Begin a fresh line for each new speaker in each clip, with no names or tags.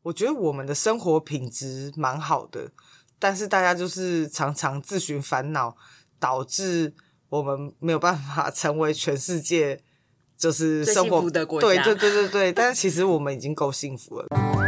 我觉得我们的生活品质蛮好的，但是大家就是常常自寻烦恼，导致我们没有办法 成为全世界就是
最
生活
幸福的国
对
家
对对对对，但是其实我们已经够幸福了。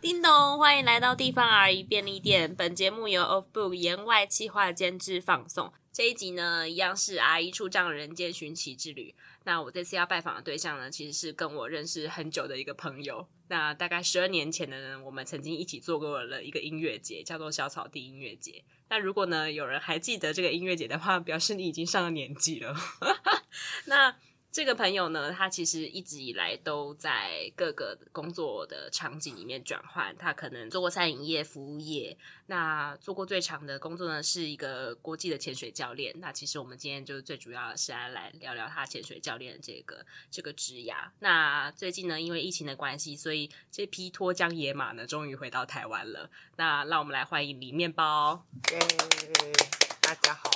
叮咚，欢迎来到地方阿姨便利店。本节目由 Off Book 言外企划监制放送。这一集呢，一样是阿姨出丈人间寻奇之旅。那我这次要拜访的对象呢，其实是跟我认识很久的一个朋友。那大概十二年前的呢，我们曾经一起做过了一个音乐节，叫做小草地音乐节。那如果呢有人还记得这个音乐节的话，表示你已经上了年纪了。 那这个朋友呢，他其实一直以来都在各个工作的场景里面转换。他可能做过餐饮业、服务业，那做过最长的工作呢是一个国际的潜水教练。那其实我们今天就是最主要的是要来聊聊他潜水教练的这个这个职涯。那最近呢，因为疫情的关系，所以这匹脱缰野马呢，终于回到台湾了。那让我们来欢迎李面包。
耶，大家好，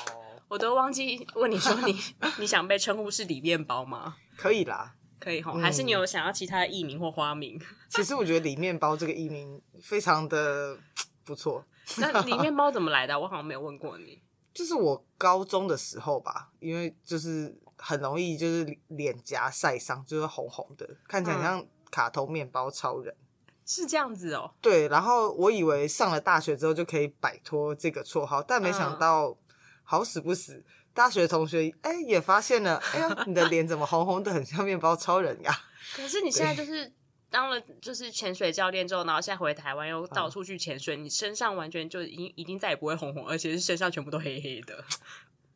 我都忘记问你说你 你想被称呼是李面包吗？
可以啦。
可以吼，
嗯
还是你有想要其他的艺名或花 名？
其实我觉得里面包这个艺名非常的不错，
那里面包怎么来的啊？我好像没有问过你。
就是我高中的时候吧，因为就是很容易就是脸颊晒伤，就是红红的，看起来很像卡通面包超人。
是这样子哦，
对，然后我以为上了大学之后就可以摆脱这个绰号，但没想到好死不死，大学同学哎也发现了，哎呀，你的脸怎么红红的，很像面包超人呀？
可是你现在就是当了就是潜水教练之后，然后现在回台湾又到处去潜水，你身上完全就已经已经再也不会红红，而且是身上全部都黑黑的。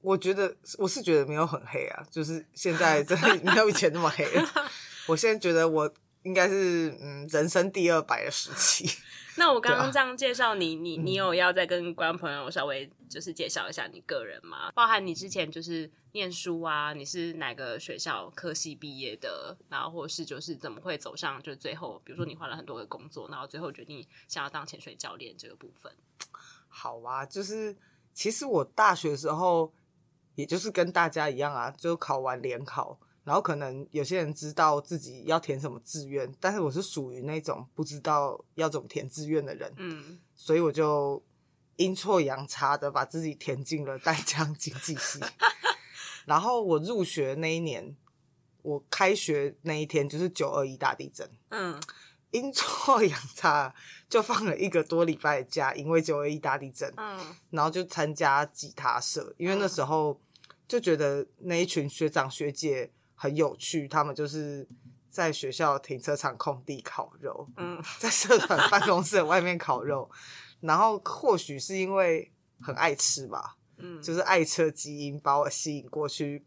我觉得我是觉得没有很黑啊，就是现在真的没有以前那么黑了。我现在觉得我应该是嗯人生第二白的时期。
那我刚
对
刚
啊嗯
这样介绍你，你你有要再跟观众朋友稍微就是介绍一下你个人吗？包含你之前就是念书啊，你是哪个学校科系毕业的，然后或是就是怎么会走上就最后，比如说你换了很多个工作，然后最后决定想要当潜水教练这个部分。
好啊，就是其实我大学的时候，也就是跟大家一样啊，就考完联考，然后可能有些人知道自己要填什么志愿，但是我是属于那种不知道要怎么填志愿的人，
嗯，
所以我就阴错阳差的把自己填进了淡江经济系。然后我入学那一年，我开学那一天就是九二一大地震，
嗯，
阴错阳差就放了一个多礼拜的假，因为九二一大地震。
嗯，
然后就参加吉他社，因为那时候就觉得那一群学长学姐很有趣，他们就是在学校停车场空地烤肉，
嗯，
在社团办公室的外面烤肉，然后或许是因为很爱吃吧，
嗯，
就是爱吃的基因把我吸引过去，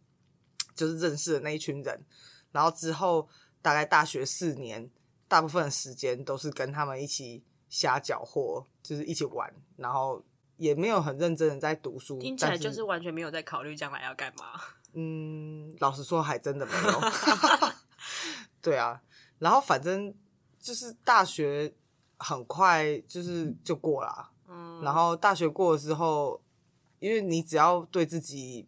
就是认识的那一群人，然后之后大概大学四年，大部分的时间都是跟他们一起瞎搅和，就是一起玩，然后也没有很认真的在读书，
听起来
但
就是完全没有在考虑将来要干嘛。
嗯，老实说，还真的没 有。 对啊，然后反正就是大学很快就是就过啦，
嗯，
然后大学过了之后，因为你只要对自己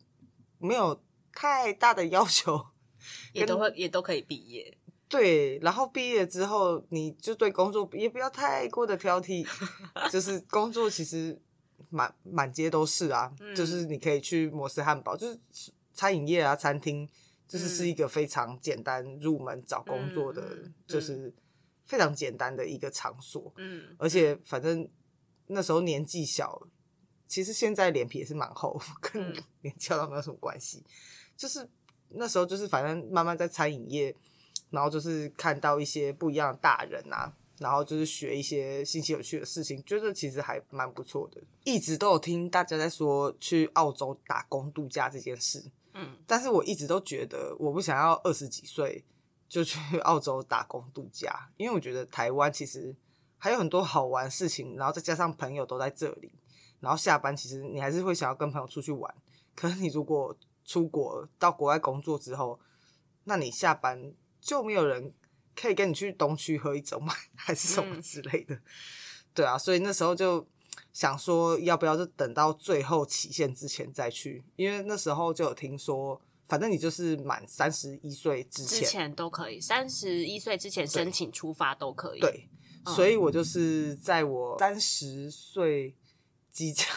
没有太大的要求，
也都会也都可以毕业。
对，然后毕业之后你就对工作也不要太过的挑剔，就是工作其实满满街都是啊，
嗯
就是你可以去摩斯汉堡，就是餐饮业啊、餐厅，就是是一个非常简单入门找工作的，
嗯嗯嗯
就是非常简单的一个场所。
嗯，
而且反正那时候年纪小，其实现在脸皮也是蛮厚，跟
嗯
年纪到没有什么关系。就是那时候就是反正慢慢在餐饮业，然后就是看到一些不一样的大人啊，然后就是学一些新奇有趣的事情，觉得其实还蛮不错的。一直都有听大家在说去澳洲打工度假这件事，
嗯，
但是我一直都觉得我不想要二十几岁就去 澳洲打工度假，因为我觉得台湾其实还有很多好玩的事情，然后再加上朋友都在这里，然后下班其实你还是会想要跟朋友出去玩。可是你如果出国到国外工作之后，那你下班 就没有人可以跟你去东区喝一整晚，还是什么
嗯
之类的。对啊，所以那时候就想说，要不要就等到最后期限之前再去？因为那时候就有听说，反正你就是满三十一岁之
之
前，
前都可以，三十一岁之前申请出发都可以。，
对，
嗯
所以我就是在我三十岁即将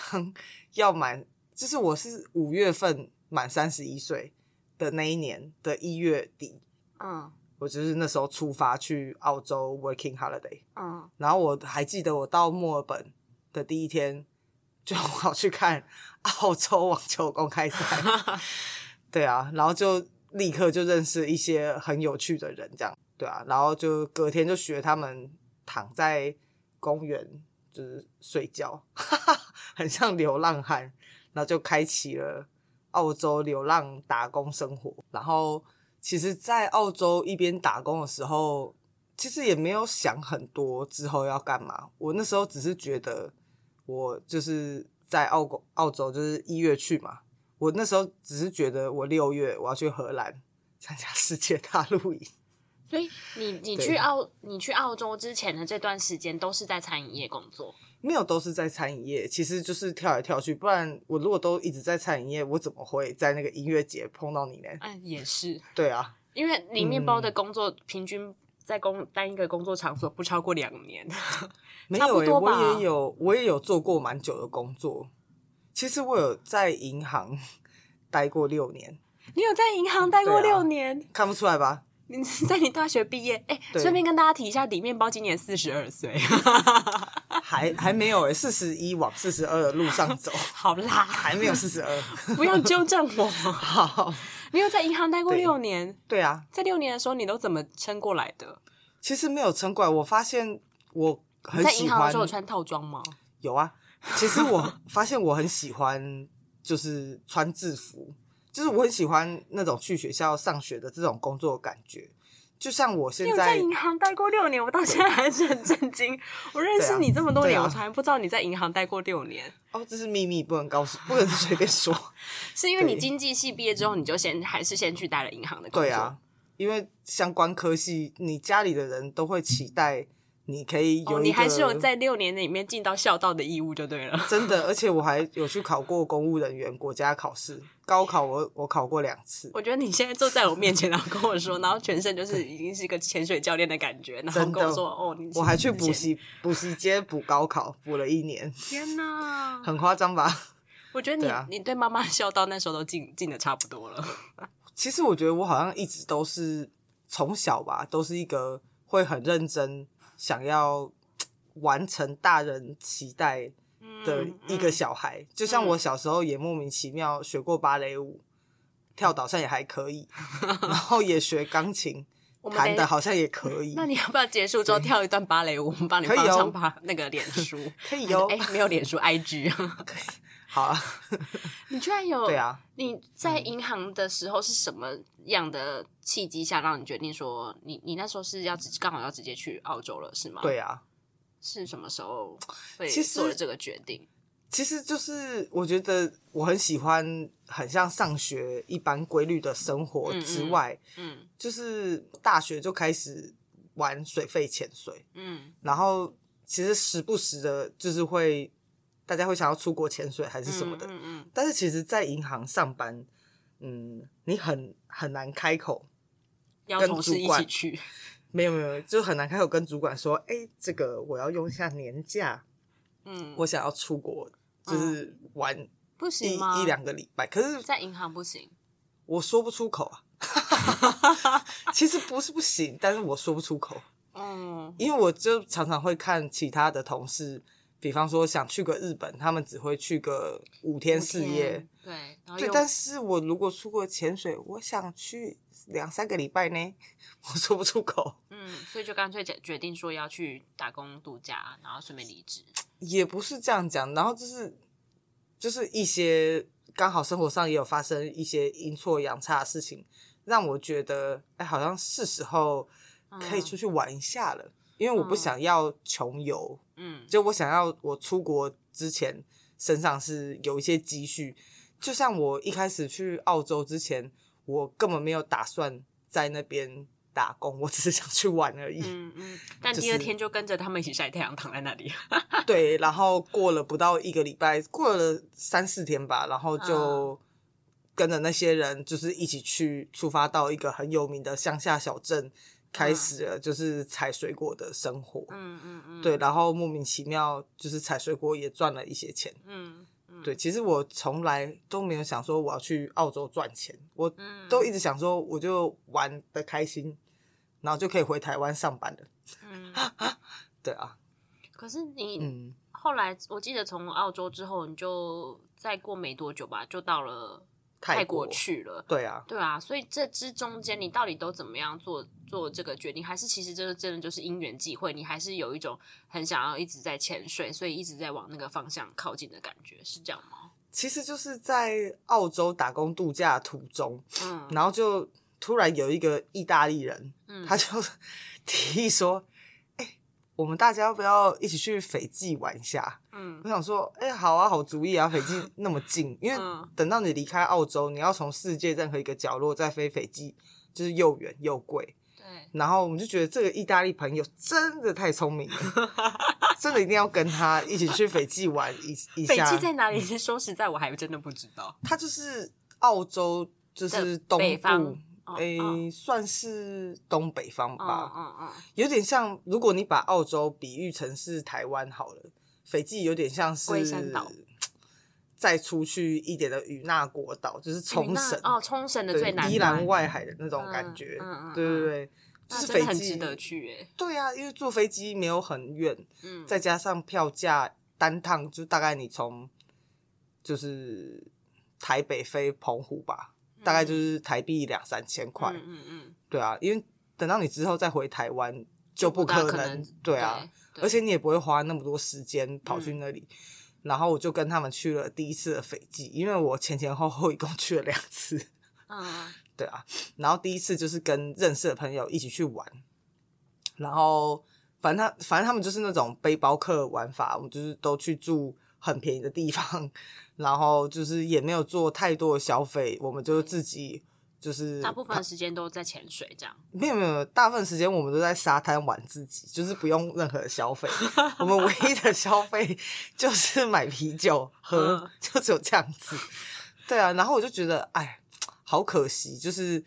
要满，就是我是五月份满三十一岁的那一年的一月底，
嗯
我就是那时候出发去澳洲 working holiday。
嗯，
然后我还记得我到墨尔本的第一天，就 跑去看澳洲网球公开赛，对啊，然后就立刻就认识一些很有趣的人，这样对啊，然后就隔天就学他们躺在公园就是睡觉， 很像流浪汉，然后就开启了澳洲流浪打工生活。然后其实，在澳洲一边打工的时候，其实也没有想很多之后要干嘛。我那时候只是觉得，我就是在澳国澳洲就是一月去嘛，我那时候只是觉得我六月我要去荷兰参加 世界大陆营。
所以你你
对
去澳你去澳洲之前的这段时间都是在餐饮业工作。
没有都是在餐饮业，其实就是跳来跳去，不然我如果都一直在餐饮业，我怎么会在那个音乐节碰到你呢？
嗯，也是，
对啊，
因为你面包的
嗯
工作、平均在工单一个工作场所不超过两年。
没
差
有、
不
欸，
多吧
我也有，我也有做过蛮久的工作。其实我有在银行 待过六年，
你有在银行待过
对啊
六年？
看不出来吧？
你 在你大学毕业？哎、
对
顺便跟大家提一下，里面包今年四十二岁，
还还没有哎、四十一往四十二的路上走，
好 啦，
还没有四十 二。
不要纠正我。
好，
你有在银行待过
对
六年，
对啊，
在六年的时候，你都怎么撑过来的？
其实没有撑过来。我发现我很
在
喜
银行的
欢
时候有穿套装吗？
有啊，其实我发现我很喜欢，就是穿制服，就是我很喜欢那种去学校上学的这种工作的感觉。就像我
你
现
有在
在，
银行待过六年，我到现在还是很震 惊。我认识你这么多
对
年，
啊
我从来不知道你在银行待过六年，
哦，这是秘密，不能告诉，不能随便 说。
是因为你
对
经济系毕业之后，你就先还是先去待了银行的工作。
对啊，因为相关科系，你家里的人都会期待你可以有、
哦，你还是有。在六年里面尽到孝道的义务就对了。
真的，而且我还有去考过公务人员国家考试，高考我我考过两次，
我觉得你现在坐在我面前，然后跟我说，然后全身就是已经是一个潜水教练的感觉，然后
真的
跟我说，哦，你
我还去补，习补习街补高考，补了一年，
天 哪！
很夸张吧？
我觉得你、
对啊
你对妈妈的孝道那时候都尽尽的差不多了。
其实我觉得我好像一直都是从小吧，都是一个会很认真想要完成大人期待
嗯
的一个小孩。就像我小时候也莫名其妙学过芭蕾舞，跳岛上也还可 以，然后也学钢琴，
我们
弹
等
的
一
好像也可以，
那你要不要结束之后跳一段芭蕾舞？我们帮你
可以
放
哦
上芭那个脸书。
可 以哦
哎、。没有脸书，IG。
好啊，
你居然有
对啊。
你在银行的时候是什么样的契机下让你决定说你你那时候是要直刚好要直接去澳洲了是吗？，
对啊，
是什么时候会
其实
做了这个决定？
其实就是我觉得我很喜欢，很像上学一般规律的生活
嗯嗯
之外，
嗯
就是大学就开始玩水肺潜水，
嗯
然后其实时不时的，就是会大家会想要出国潜水还是什么的。
嗯嗯
但是其实，在银行上班，嗯，你很很难开口，
要
跟
同事
主
一起
管
去，
没有没有，就很难开口跟主管说，哎、这个我要用一下年假，
嗯，
我想要出国，就是玩
不
一、
行吗？
一两个礼拜。可是
在银行不行，
我说不出口啊， 其实不是不行，但是我说不出口。
嗯
因为我就常常会看其他的同事，比方说想去个日本，他们只会去个五天四夜。，
对，然后
对
又，
但是我如果出国潜水，我想去两三个礼拜呢，我说不出口。
嗯，所以就干脆决决定说要去打工度假，然后顺便离职。
也不是这样讲，然后就是就是一些刚好生活上也有发生一些阴错阳差的事情，让我觉得哎，好像是时候可以出去玩一下了，因为我不
嗯
想要穷游。
嗯，
就我想要我出国之前身上是有一些积蓄，就像我一开始去澳洲之前，我根本没有打算在那边打工，我只是想去玩而已。
嗯嗯，但
就
第二
是
天就跟着他们一起晒太阳，躺在那里。
对，然后过了不到一个礼拜，过了三四天吧，然后
嗯
就跟着那些人，就是一起去出发到一个很有名的乡下小镇，开始了就是采水果的生活。
嗯嗯嗯，
对，，然后莫名其妙就是采水果也赚了一些钱。
嗯嗯，
对，，其实我从来都没有想说我要去澳洲赚钱，我
嗯，
都一直想说我就玩的开心，然后就可以回台湾上班了。
嗯。
对啊，
可是你、
嗯，
后来，我记得从澳洲之后，你就再过没多久吧，就到了
泰
泰国
国
去了。
对啊，
对啊，所以这之中间你到底都怎么样做做这个决定？还是其实这个真的就是因缘际会，你还是有一种很想要一直在潜水，所以一直在往那个方向靠近的感觉，是这样吗？
其实就是在澳洲打工度假途中，
嗯，
然后就突然有一个意大利人，
嗯
他就 提议说：“哎、我们大家要不要一起去斐济玩一下？”
嗯
我想说：“哎、好啊，好主意啊！斐济那么近，因为
嗯
等到你离开澳洲，你要从世界任何一个角落再飞斐济，就是又远又贵。”
对，
然后我们就觉得这个意大利朋友真的太聪 明了，真的一定要跟他一起去斐济玩一一
北
下。
极在哪里？ 是说实在，我还真的不知道。
它就是澳洲，就是
的
东
北方
部，
哦
诶、
哦
算是东北方
哦
哎吧，
哦哦，
有点像。如果你把澳洲比喻成是台湾好了，斐济有点像是
龟山岛
再出去一点的与那国岛，就是冲绳
云南哦，冲绳的最
对
南
伊朗
端
外海的那种
嗯
感觉，
嗯嗯
对对
嗯
对，就
那
是
真的
斐
很
济
值得。去诶。
对啊，因为坐飞机没有很远，
嗯，
再加上票价单趟就大概你从就是台北飞澎湖吧，大概就是台币两三千块，
嗯嗯嗯，
对啊，因为等到你之后再回台湾就不
大
能，
可能
对啊，，
对嗯
而且你也不会花那么多时间跑去那里。然后我就跟他们去了第一次的斐济，因为我前前后后一共去了两次，
嗯
对啊。然后第一次就是跟认识的朋友一起去玩，然后反正他反正他们就是那种背包客玩法，我们就是都去住很便宜的地方，然后就是也没有做太多的消费，我们就自己就是
大部分的时间都在潜水这样。
没有没有没有，大部分时间我们都在沙滩玩自己，就是不用任何消 费。我们唯一的消费就是买啤酒喝
嗯，
就只有这样子。对啊，然后我就觉得，哎，好可惜，就是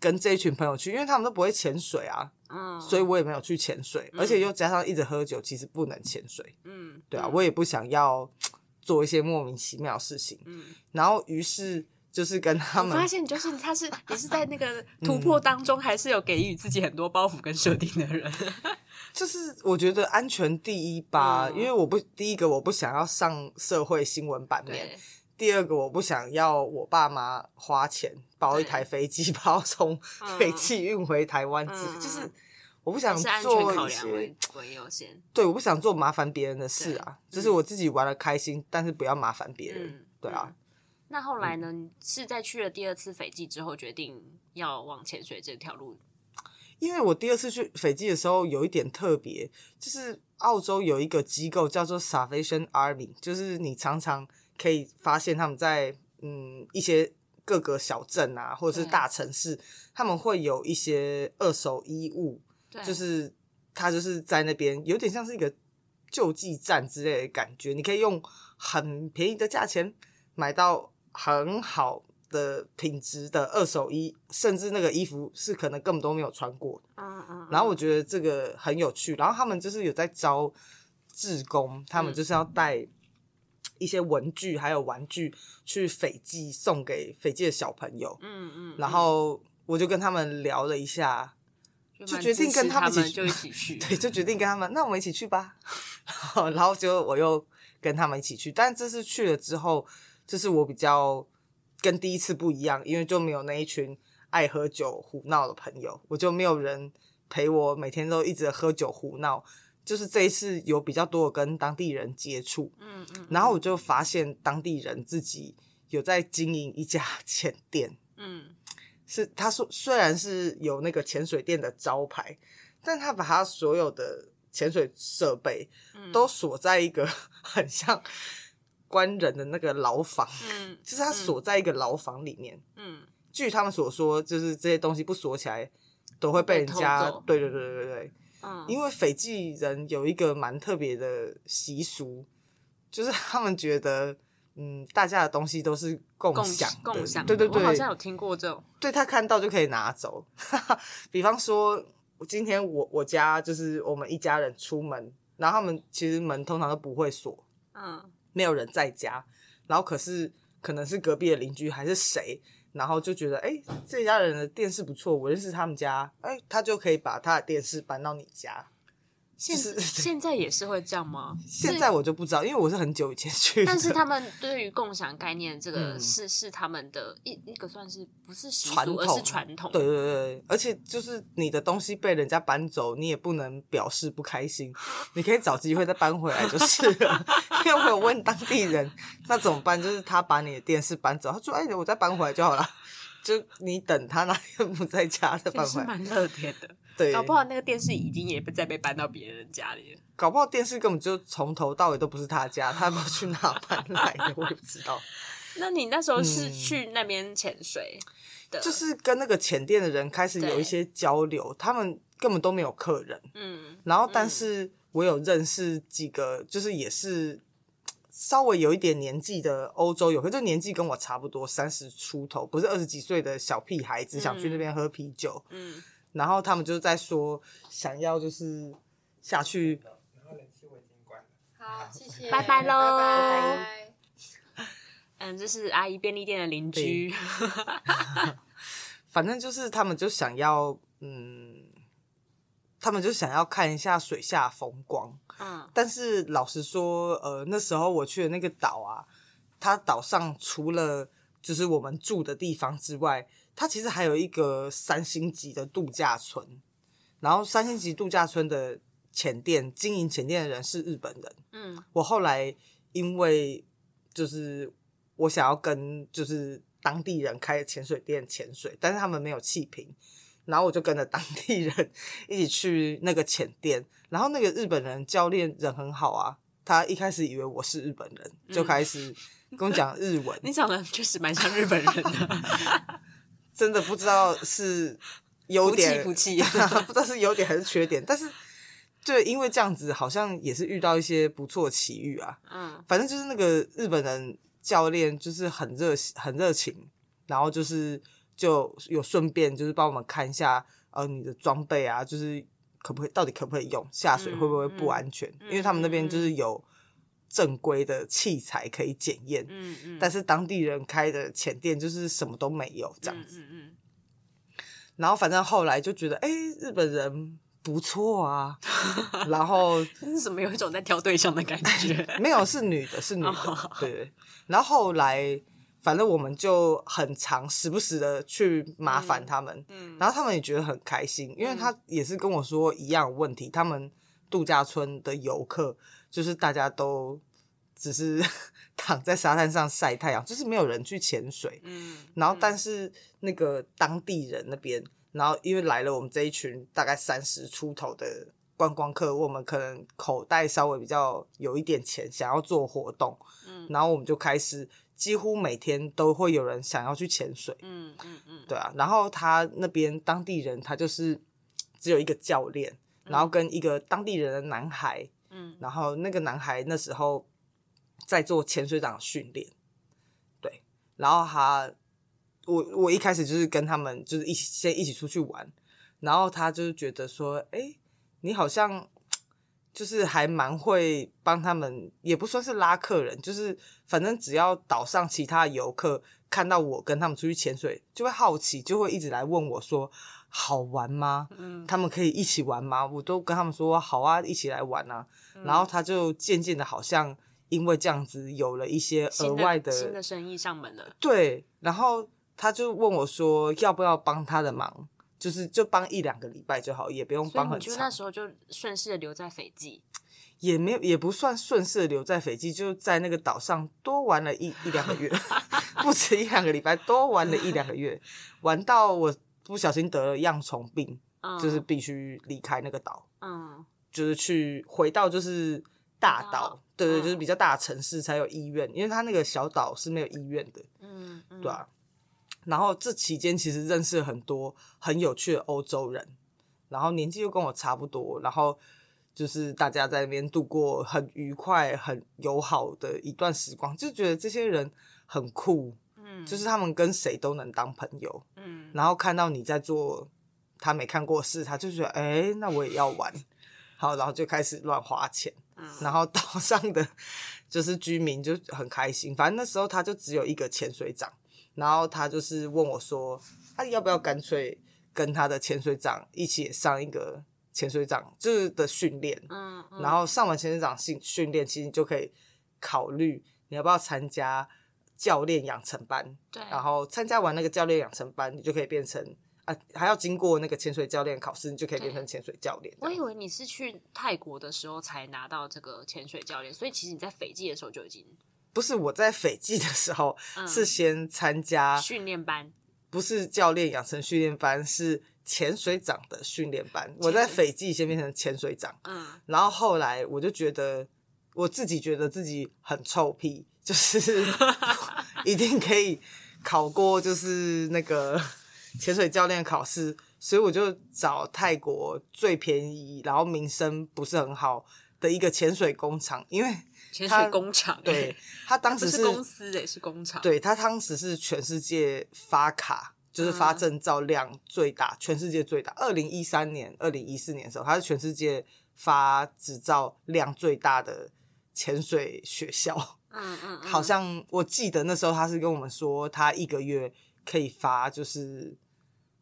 跟这一群朋友去，因为他们都不会潜水啊，
嗯，
所以我也没有去潜水，
嗯
而且又加上一直喝酒，其实不能潜水。
嗯，
对啊，
嗯
我也不想要做一些莫名其妙的事情。
嗯，
然后于是就是跟他
我发
们，嗯
现你就是 他是你是在那个突破当中，还是有给予自己很多包袱跟设定的 人。
就是我觉得安全第一吧，
嗯
因为我不第一个我不想要上社会新闻版面，，第二个我不想要我爸妈花钱包一
对
台飞机，把我从
嗯
北气运回台湾之，
嗯
就是我不
还
想
是安全考
做一
量
些
为为优先。
对，我不想做麻烦别人的事啊，
对
就是我自己玩的开心，但是不要麻烦别人。
嗯，
对啊
嗯。那后来呢？你是在去了第二次斐济之后，决定要往潜水这条路。
因为我第二次去斐济的时候有一点特别，就是澳洲有一个机构叫做 Salvation Army，就是你常常可以发现他们在嗯一些各个小镇啊，或者是
对
大城市，他们会有一些二手衣物，
对，
就是他就是在那边有点像是一个救济站之类的感觉，你可以用很便宜的价钱买到很好。的品质的二手衣，甚至那个衣服是可能根本都没有穿过，
嗯嗯。
然后我
嗯
觉得这个很有趣，然后他们就是有在招志工，他们
嗯
就是要带一些文具还有玩具去斐济送给斐济的小朋友，
嗯嗯，
然后我就跟他们聊了一下，
就
就
蛮
决
支
定跟
持
他们
他
一起
们
去
就一起 去。
对，就决定跟他们，那我们一起去吧， 然后结果我又跟他们一起去，但这次去了之后，就是我比较跟第一次不一样，因为就没有那一群爱喝酒胡闹的朋友，我就没有人陪我每天都一直喝酒胡闹。就是这一次有比较多的跟当地人接触，
嗯嗯。
然后我
嗯
就发现当地人自己有在经营一家 潜店，
嗯
是他说虽然是有那个潜水店的招牌，但他把他所有的潜水设备
嗯
都锁在一个 很像官人的那个牢房，
嗯
就是他锁在一个牢房里面。
嗯
据他们所说，就是这些东西不锁起来都会被人
被偷
家
走，
对对对对对对，
嗯，
因为斐济人有一个蛮特别的习俗，就是他们觉得，嗯，大家的东西都是共
共
享的
共享的，
对对对，
我好像有听过这种，
对他看到就可以拿走。 比方说，今天我我家就是我们一家人出门，然后他们其实门通常都不会锁，
嗯，
没有人在家，然后可是可能是隔壁的邻居还是谁，然后就觉得哎、诶这家人的电视不错，我认识他们家，哎、他就可以把他的电视搬到你家。
现
是
现在也是会这 样吗？
现
是
在我就不知道，因为我是很久以前去的，
但是他们对于共享概念这个
嗯
是、是他们的一一个算是不是习
传
俗，
统
而是传统。
对对对对，而且就是你的东西被人家搬走，你也不能表示不开心，你可以找机会再搬回来就是 了。因为我有问当地人，那怎么办？就是他把你的电视搬走，他说：“哎，我再搬回来就好了。”就你等他哪天不在家再搬
真是
回来。
蛮乐天的，
对，
搞不好那个电视已经也不再被搬到别人家里了。
搞不好电视根本就从头到尾都不是他家，他不知道去哪搬来的，我也不知道。
那你那时候是
嗯
去那边潜水的？
就是跟那个前店的人开始有一些交流，他们根本都没有客人。
嗯，
然后，但
嗯
是我有认识几个，就是也是稍微有一点年纪的欧洲游客，就年纪跟我差不多，三十出头，不是二十几岁的小屁孩子，想去那边喝啤酒。
嗯，
然后他们就在说，想要就是下去，
然后冷气我已经关了。
好，谢谢，
拜拜喽
拜拜
嗯，这是阿姨便利店的邻居，
反正就是他们就想要，嗯，他们就想要看一下水下风光。
嗯，
但是老实说，呃，那时候我去的那个岛啊，它岛上除了就是我们住的地方之外，它其实还有一个三星级的度假村。然后三星级度假村的前店经营前店的人是日本人。
嗯，
我后来因为就是我想要跟就是当地人开的潜水店潜水，但是他们没有气瓶，然后我就跟着当地人一起去那个潜店，然后那个日本人教练人很好啊，他一开始以为我是日本人，就
嗯，
开始跟我讲日文
你长得确实蛮像日本人 的，
真的不知道是优点
福气福
不知道是优点还是缺点，但是就因为这样子，好像也是遇到一些不错的奇遇啊。
嗯
反正就是那个日本人教练就是很热很热情，然后就是就有顺便就是帮我们看一下呃你的装备啊，就是可不可以到底可不可以用，下水
嗯
会不会不安全？
嗯
因为他们那边
嗯
就是有正规的器材可以检验，
嗯嗯，
但
是
是当地人开的浅店就是什么都没有这样子。
嗯嗯
然后反正后来就觉得，哎、日本人不错啊， 然后
嗯，怎么有一种在挑对象的感觉？
没有，是女的，是女的
哦，
对。然后后来，反正我们就很常时不时的去麻烦他们，
嗯，
然后他们也觉得很开心，因为
嗯
他也是跟我说一样的问题，他们度假村的游客就是大家都只是 躺在沙滩上晒太阳，就是没有人去潜水，
嗯，
然后，但
是
是那个当地人那边，然后因为来了我们这一群大概三十出头的观光客，我们可能口袋稍微比较有一点钱，想要做活动，
嗯
然后我们就开始几乎每天都会有人想要去潜水，
嗯嗯嗯，
对啊。然后他那边当地人，他就是只有一个教练，然后跟一个当地人的男孩，
嗯
然后那个男孩那时候在做潜水长的训练，对，然后他，我我一开始就是跟他们就是一起先一起出去玩，然后他就是觉得说，哎、你好像就是还蛮会帮他们，也不算是拉客人，就是反正只要岛上其他游客看到我跟他们出去潜水，就会好奇，就会一直来问我说好玩吗？
嗯，
他们可以一起玩吗？我都跟他们说好啊，一起来玩啊。
嗯
然后他就渐渐的，好像因为这样子有了一些
新
额外
的新的生意上门了，
对，然后他就问我说要不要帮他的忙，就是就帮一两个礼拜就好，也不用
所以
帮
你
很
就那
长，
时候就顺势的留在斐济，
也没有也不算顺势地留在斐济，就在那个岛上多玩了一一两 个月，不止一两个礼拜，多玩了一两个月，玩到我不小心得了恙虫病，
嗯，
就是必须离开那个岛。
嗯
就是去回到就是大岛
大岛，
对对，
嗯
就是比较大的城市才有医院，因为它那个小岛是没有医院的，
嗯，嗯
对吧、啊？然后这期间其实认识了很多很有趣的欧洲人，然后年纪又跟我差不多，然后就是大家在那边度过很愉快、很友好的一段时光，就觉得这些人很酷，
嗯，
就是他们跟谁都能当朋友。
嗯，
然后看到你在做他没看过的事，他就觉得哎、诶那我也要玩，好，然后就开始乱花钱。
嗯
然后岛上的就是居民就很开心，反正那时候他就只有一个潜水长，然后他就是问我说，他要不要干脆跟他的潜水长一起上一个潜水长就是的训练，
嗯，嗯
然后上完潜水长训训练，其实你就可以考虑你要不要参加教练养成班，
对，
然后参加完那个教练养成班，你就可以变成。啊，还要经过那个潜水教练考试，你就可以变成潜水教练。
我以为你是去泰国的时候才拿到这个潜水教练，所以其实你在斐济的时候就已经、
不是我在斐济的时候，
嗯、
是啊先参加
训练班，
不是教练养成训练班，是潜水长的训练班。我在斐济先变成潜水长，
嗯，
然后后来我就觉得我自己觉得自己很臭屁，就是 一定可以考过就是那个 潜水教练考试，所以我就找泰国最便宜，然后名声不是很好的一个潜水工厂，因为
潜
他
水工厂、欸，
对，他当
不
时
是公司诶、欸是工厂，，
对他当时是全世界发卡，就是
嗯
发证照量最大，全世界最大。二零一三年、二零一四年的时候，他是全世界发执照量最大的潜水学校。
嗯嗯，嗯
好像我记得那时候他是跟我们说，他一个月可以发就是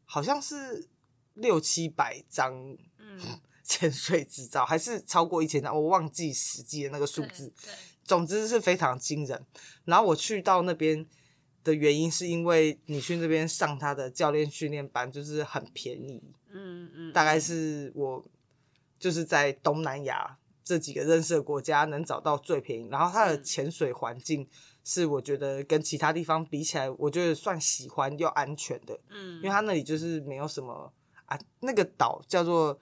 好像是六七百张
嗯，
潜水执照，还是超过一千张，我忘记实际的那个数
对
字。
对，
总之是非常惊人。然后我去到那边的原因，是因为你去那边上他的教练训练班，就是很便宜，
嗯嗯，
大概是我就是在东南亚这几个认识的国家能找到最便宜。然后它的
嗯
潜水环境是我觉得跟其他地方比起来，我觉得算喜欢又安全的，
嗯，
因为它那里就是没有什么啊，那个岛叫做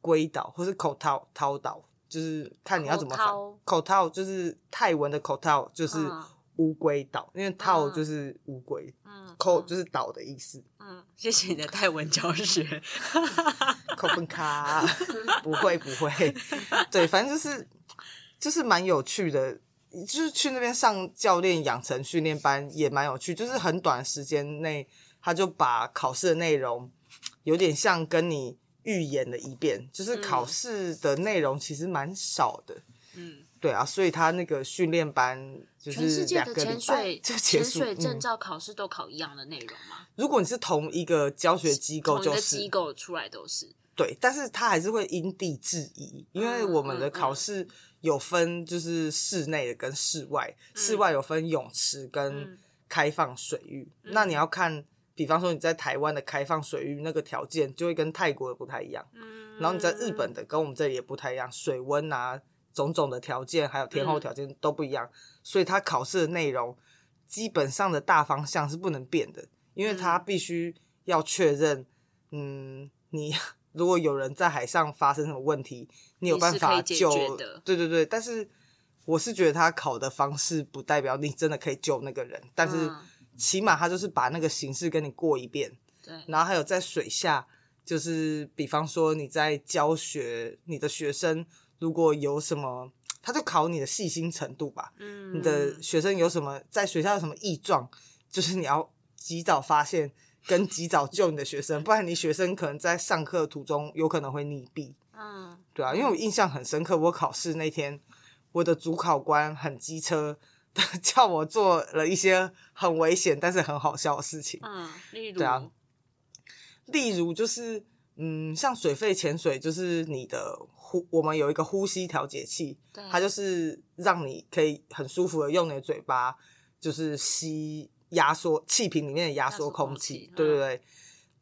龟岛或是口套涛岛，就是看你要怎么翻
口。
口套就是泰文的口套，就是
嗯
乌龟岛，因为套
嗯
就是乌龟，
嗯
口
嗯
就是岛的意思。
嗯，谢谢你的泰文 教学，
口分卡， 不会不会，对，反正就是就是蛮有趣的。就是去那边上教练养成训练班也蛮有趣，就是很短时间内他就把考试的内容有点像跟你预演了一遍，就是考
嗯
试的内容其实蛮少的，
嗯，
对啊，所以他那个训练班就是
全世界
两
的
个礼
潜
拜
水
就结
潜
束。
水证
嗯
照考试都考一样的内容吗？
如果你是同一个教学机构，
同一
就
个
是
机构出来都是，
对，但是他还是会因地制宜，因为
嗯
我们的
嗯
考
嗯
试有分就是室内的跟室外，室
嗯
外有分泳池跟
嗯
开放水域。那你
嗯
要看，比方说你在台湾的开放水域那个条件就会跟泰国的不太一样，
嗯，
然后你在日本的跟我们这里也不太一样，水温啊种种的条件还有天候
嗯
条件都不一样，所以他考试的内容基本上的大方向是不能变的，因为他
嗯
必须要确认，嗯，你 如果有人在海上发生什么问题，你有
你
办
是可
法
以解
救
决的，
对对对，但是。我是觉得他考的方式不代表你真的可以救那个人，但是
嗯
起码他就是把那个形式跟你过一遍，
对，
然后还有在水下，就是比方说你在教学你的学生，如果有什么，他就考你的细心程度吧。
嗯，
你的学生有什么在学校有什么异状，就是你要及早发现跟及早救你的学生，不然你学生可能在上课途中有可能会溺毙。
嗯
对啊，因为我印象很深刻，我考试那天，我的主考官很机车， 叫我做了一些很危险但是很好笑的事情。
嗯，例如
对啊例如就是，嗯，像水肺潜水，就是你的呼，我们有一个呼吸调节器，
对
它就是让你可以很舒服的用你的嘴巴，就是吸压缩气瓶里面的压缩空气
压缩空气，嗯
对对对。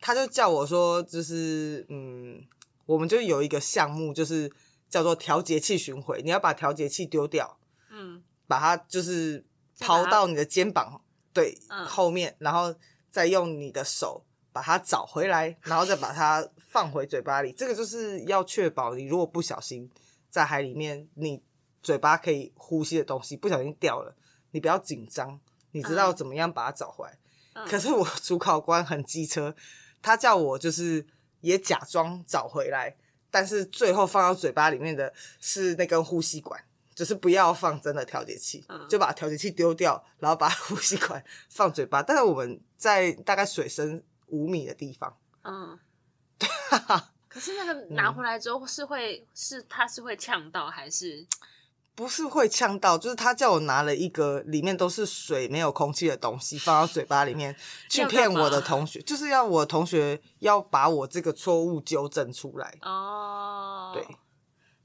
他就叫我说，就是嗯，我们就有一个项目，就是叫做调节器巡回，你要把调节器丢掉，
嗯
把它就是
再把
抛
它
到你的肩膀对、
嗯
后面，然后再用你的手把它找回来，然后再把它放回嘴巴里。这个就是要确保你如果不小心在海里面，你嘴巴可以呼吸的东西不小心掉了，你不要紧张，你知道
嗯
怎么样把它找回来。
嗯
可是我主考官很机车，他叫我就是也假装找回来，但是最后放到嘴巴里面的是那根呼吸管，就是不要放真的调节器
嗯，
就把调节器丢掉，然后把呼吸管放嘴巴。但是我们在大概水深五米的地方，
嗯，可是那个拿回来之后是会是它是会呛到还是
不是会呛到，就是他叫我拿了一个里面都是水没有空气的东西放到嘴巴里面去
要干
骗我的
嘛
同学，就是要我同学要把我这个错误纠正出来。
哦？
对，嗯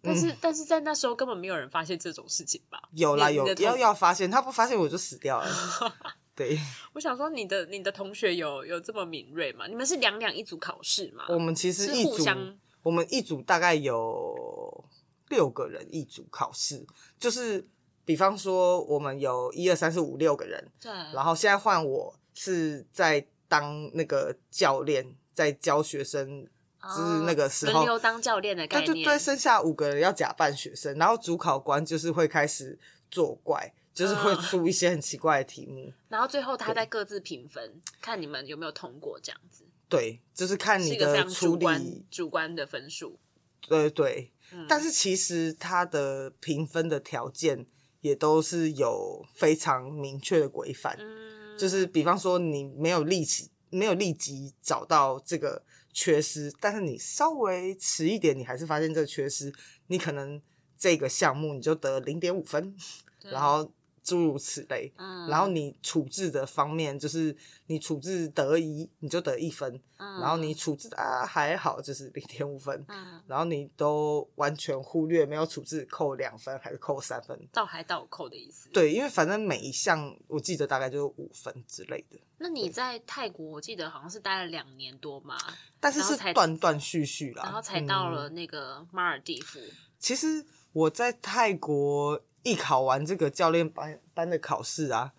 但是、但是在那时候根本没有人发现这种事情吧？
有啦
你
有
你的，同
要要发现，他不发现我就死掉了。 对，
我想说你的你的同学有有这么敏锐吗？你们是两两一组考试吗？
我们其实
是
一
互
组，
相
我们一组大概有六个人一组考试，就是比方说我们有一二三四五六个人，
对，
然后现在换我是在当那个教练，在教学生，就是那个时候
哦轮流当教练的概
对
念，
对对，剩下五个人要假扮学生，然后主考官就是会开始作怪，就是会
嗯
出一些很奇怪的题目。
然后最后他再各自评分，看你们有没有通过这样子，
对，就是看
是
你
一个非
的
常
处
主
理
观，主观的分数。
对对，
嗯
但是其实它的评分的条件也都是有非常明确的规范，
嗯，
就是比方说你没有立即没有立即找到这个缺失，但是你稍微迟一点，你还是发现这个缺失，你可能这个项目你就得零点五分，
对
然后诸如此类。
嗯，
然后你处置的方面，就是你处置得宜，你就得一分；
嗯，
然后你处置的啊还好，就是零点五分。
嗯，
然后你都完全忽略没有处置，扣两分还是扣三分？
倒还倒扣的意思。，
对，因为反正每一项我记得大概就是五分之类的，
那你在泰国，我记得好像是待了两年多嘛，
但是
然后
是
才
断断续续啦。
然后才到了
啊嗯
那个马尔蒂夫。
其实我在泰国一考完这个教练班班的考试啊，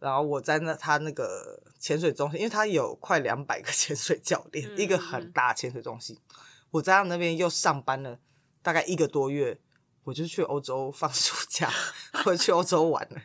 然后我在那他那个潜水中心，因为他有快两百个 潜水教练，
嗯
一个
嗯嗯
很大的潜水中心。我在他那边又上班了大概一个多月，我就去欧洲放暑假， 我去欧洲玩了。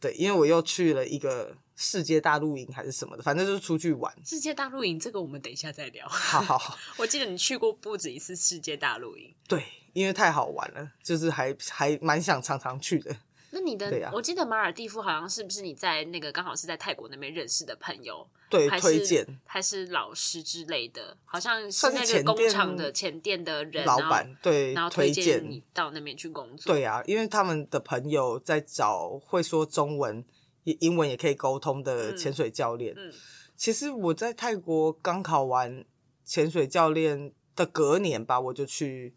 对，因为我又去了一个世界大露营还是什么的，反正就是出去玩。
世界大露营这个我们等一下再聊。
好好好，
我记得你去过不止一次世界大露营。
对，因为太好玩了，就是还还蛮想常常去的。
那你的，
对啊
我记得马尔蒂夫好像是不是你在那个刚好是在泰国那边认识的朋友，
对，
还
推
是
荐
还是老师之类的，好像是
算是
那个
前
工
店
厂的前店的人
老
然后
板对
然后推
推
荐你
荐，
到那边去工作。
对啊，因为他们的朋友在找会说中文、也英文也可以沟通的
嗯
潜水教练。
嗯
其实我在泰国刚考完潜水教练的隔年吧，我就去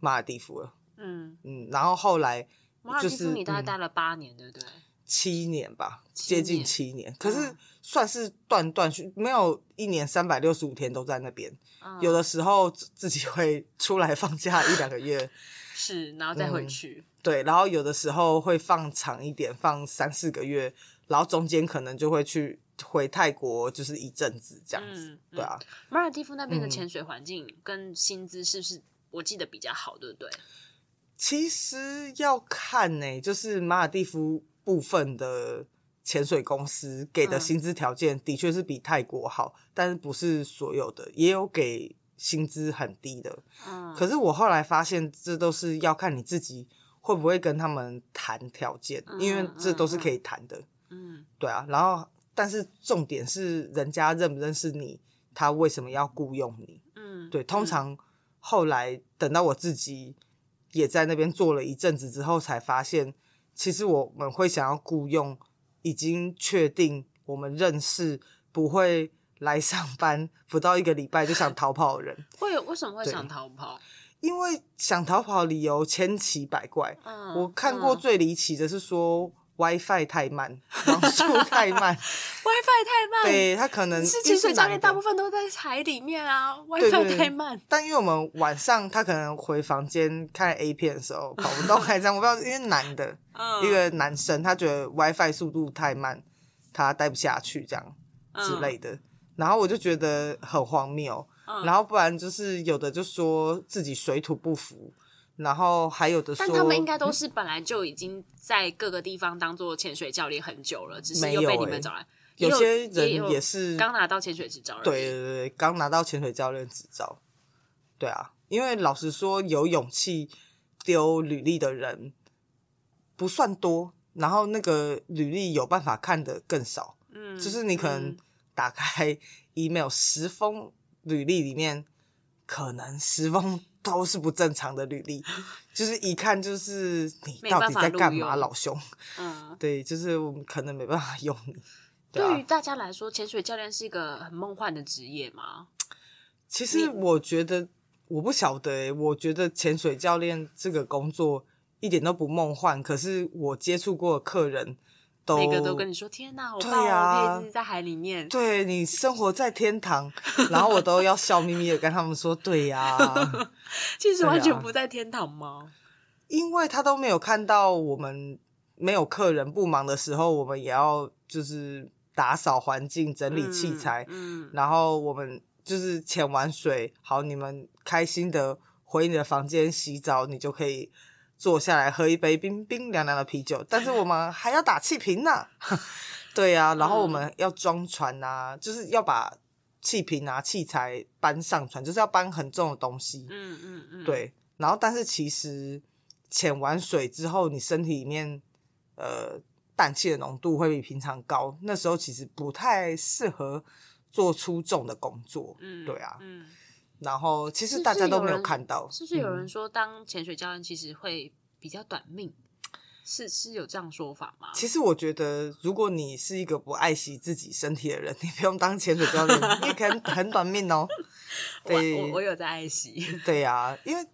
马尔蒂夫了。
嗯，
嗯，然后后来
马尔
就
蒂夫
是
你大概
嗯
待了八年，对不对？
七年吧，
七年
接近七年，可是
嗯
算是断断续，没有一年三百六十五天都在那边。
嗯
有的时候自自己会出来放假一两个月。
是，然后再回
嗯
去。
对，然后有的时候会放长一点，放三四个月，然后中间可能就会去回泰国，就是一阵子这样子。
嗯
对啊，
马尔蒂夫那边的
嗯
潜水环境跟薪资是不是我记得比较好，对不对？
其实要看呢、就是马尔蒂夫部分的潜水公司给的
嗯
薪资条件的确是比泰国好，但是不是所有的，也有给薪资很低的。
嗯，
可是我后来发现，这都是要看你自己会不会跟他们谈条件，因为
嗯
这都是
嗯
可以谈的。
嗯
对啊，然后但是重点是人家认不认识你，他为什么要雇佣你？
嗯，
对，通常后来等到我自己也在那边做了一阵子之后，才发现其实我们会想要雇佣已经确定我们认识，不会来上班不到一个礼拜就想逃跑的人，
会有为什么会
对
想逃跑？
因为想逃跑的理由千奇百怪，
嗯，
我看过
嗯
最离奇的是说 WiFi 太慢，网速太慢，
WiFi 太慢，
对他可能
是
因
潜
为
水教练
男
大
的
部分都在海里面啊
对
，WiFi
对
太慢。
但因为我们晚上他可能回房间看 A 片的时 候跑不动还这样，我不知道，因为男的、
嗯
一个男生他觉得 WiFi 速度太慢，他待不下去这样之类的。然后我就觉得很荒谬，
嗯
然后不然就是有的就说自己水土不服，然后还有的说，嗯
但他们应该都是本来就已经在各个地方当做潜水教练很久了，只是又被你们找来。也
有
有
些人
也有
也是
刚拿到潜水执照而已，
对对对，刚拿到潜水教练执照，对啊，因为老实说，有勇气丢履历的人不算多，然后那个履历有办法看的更少，
嗯，
就是你可能
嗯
打开 email 十封履历里面，可能十封都是不正常的履历，就是一看就是你
没
到
办
底
法
在
录
干
用
嘛，老兄？
嗯
对，就是我们可能没办法用你。对
对
啊
于，大家来说，潜水教练是一个很梦幻的职业吗？
其实我觉得，我不晓得欸、我觉得潜水教练这个工作一点都不梦幻，可是我接触过的客人都
每个都跟你说：“天哪，好
对
棒哦！
啊
我可以一直在海里面。”
对你生活在天堂，然后我都要笑眯眯的跟他们说：“对呀、
其实
对
完全
啊
不在天堂吗？
因为他都没有看到我们没有客人不忙的时候，我们也要就是打扫环境、整理器材，
嗯，嗯
然后我们就是潜完水，好，你们开心的回你的房间洗澡，你就可以坐下来喝一杯冰冰凉凉的啤酒。但是我们还要打气瓶呢、对呀、然后我们要装船啊，就是要把气瓶啊、器材搬上船，就是要搬很重的东西。
嗯嗯嗯，
对，然后但是其实潜完水之后，你身体里面呃氮气的浓度会比平常高，那时候其实不太适合做出重的工作。
嗯，
对啊
嗯，
然后其
是
实
不
大
是
家都
有
没有
人
看到，
是不是有
嗯
人说当潜水教练其实会比较短命？是是有这样说法吗？
其实我觉得，如果你是一个不爱惜自己身体的人，你不用当潜水教练，你也可以很很短命哦。
我
对
我我有在爱惜，
对呀、因为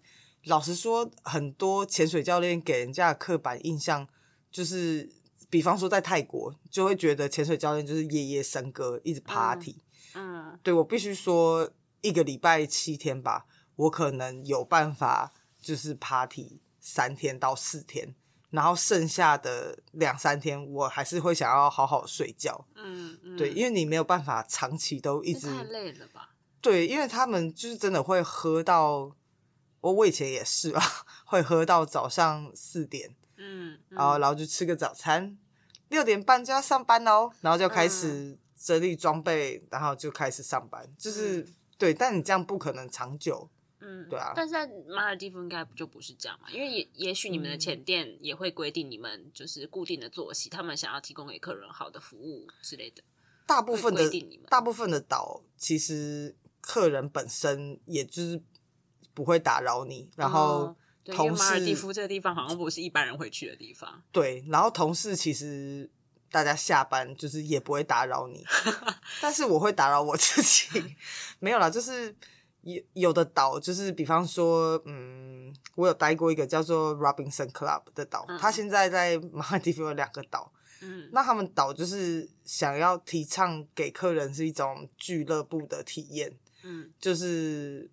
老实说，很多潜水教练给人家的刻板印象就是，比方说在泰国，就会觉得潜水教练就是夜夜笙歌，一直 party。
嗯，
对我必须说，一个礼拜七天吧，我可能有办法就是 party 三天到四天，然后剩下的两三天，我还是会想要好好睡觉。
嗯嗯，
对，因为你没有办法长期都一
这
直
太累了吧？
对，因为他们就是真的会喝到，我我以前也是啊， 会喝到早上四点，
嗯，嗯
然后然后就吃个早餐，六点半就要上班喽，然后就开始
嗯
整理装备，然后就开始上班，就是、
嗯
对，但你这样不可能长久，
嗯，
对啊
但是在马尔地夫应该就不是这样嘛，因为也也许你们的
嗯
前店也会规定你们就是固定的作息，他们想要提供给客人好的服务之类的。
大部分的
会规定你们
大部分的岛其实客人本身也就是不会打扰你，然后
哦对，因
同
为马尔
事
地夫这个地方好像不是一般人会去的地方。
对，然后同事其实大家下班就是也不会打扰 你，但是我会打扰我自己。 没有啦，就是有有的岛，就是比方说，嗯，我有待过一个叫做 Robinson Club 的岛，
嗯
它现在在马尔地夫有两个岛，
嗯，
那他们岛就是想要提倡给客人是一种俱乐部的体验，
嗯
就是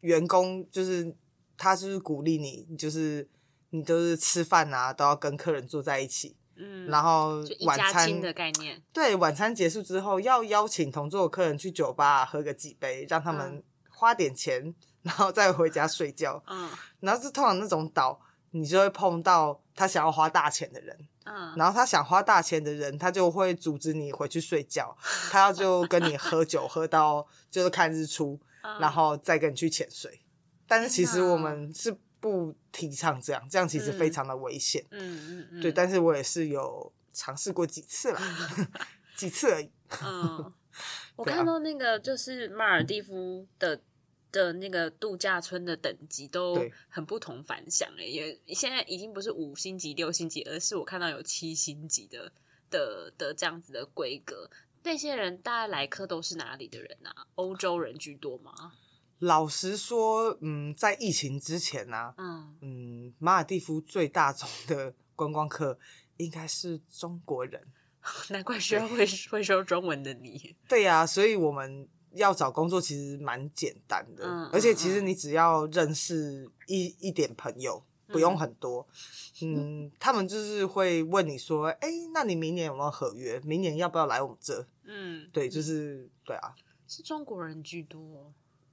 员工，就是他就是鼓励你，就是你都是吃饭啊，都要跟客人坐在一起，
嗯，
然后
就一
晚
家
餐
亲的概念。
对晚餐结束之后，要邀请同桌的客人去酒吧喝个几杯，让他们
嗯
花点钱，然后再回家睡觉。
嗯
然后是通常那种岛，你就会碰到他想要花大钱的人，
嗯，
然后他想花大钱的人，他就会阻止你回去睡觉，他就跟你喝酒喝到就是看日出。
嗯
然后再跟你去潜水。但是其实
天哪
我们是不提倡这样，这样其实非常的危险。
嗯嗯嗯，
对，但是我也是有尝试过几次啦， 几次而已。
嗯，我
对啊
看到那个就是马尔蒂夫的的那个度假村的等级都
对
很不同凡响诶、也现在已经不是五星级、六星级，而是我看到有七星级的的的这样子的规格。那些人大概来客都是哪里的人啊？欧洲人居多吗？
老实说，嗯，在疫情之前呢、啊，
嗯，
嗯，马尔蒂夫最大宗的观光客应该是中国人。
难怪需要会会说中文的你。
对呀、所以我们要找工作其实蛮简单的，
嗯
而且
嗯
其实
嗯
你只要认识一一点朋友，不用很多。嗯他们就是会问你说：“哎、那你明年有没有合约？明年要不要来我们这
嗯，？”
对，就是对啊，
是中国人居多。哦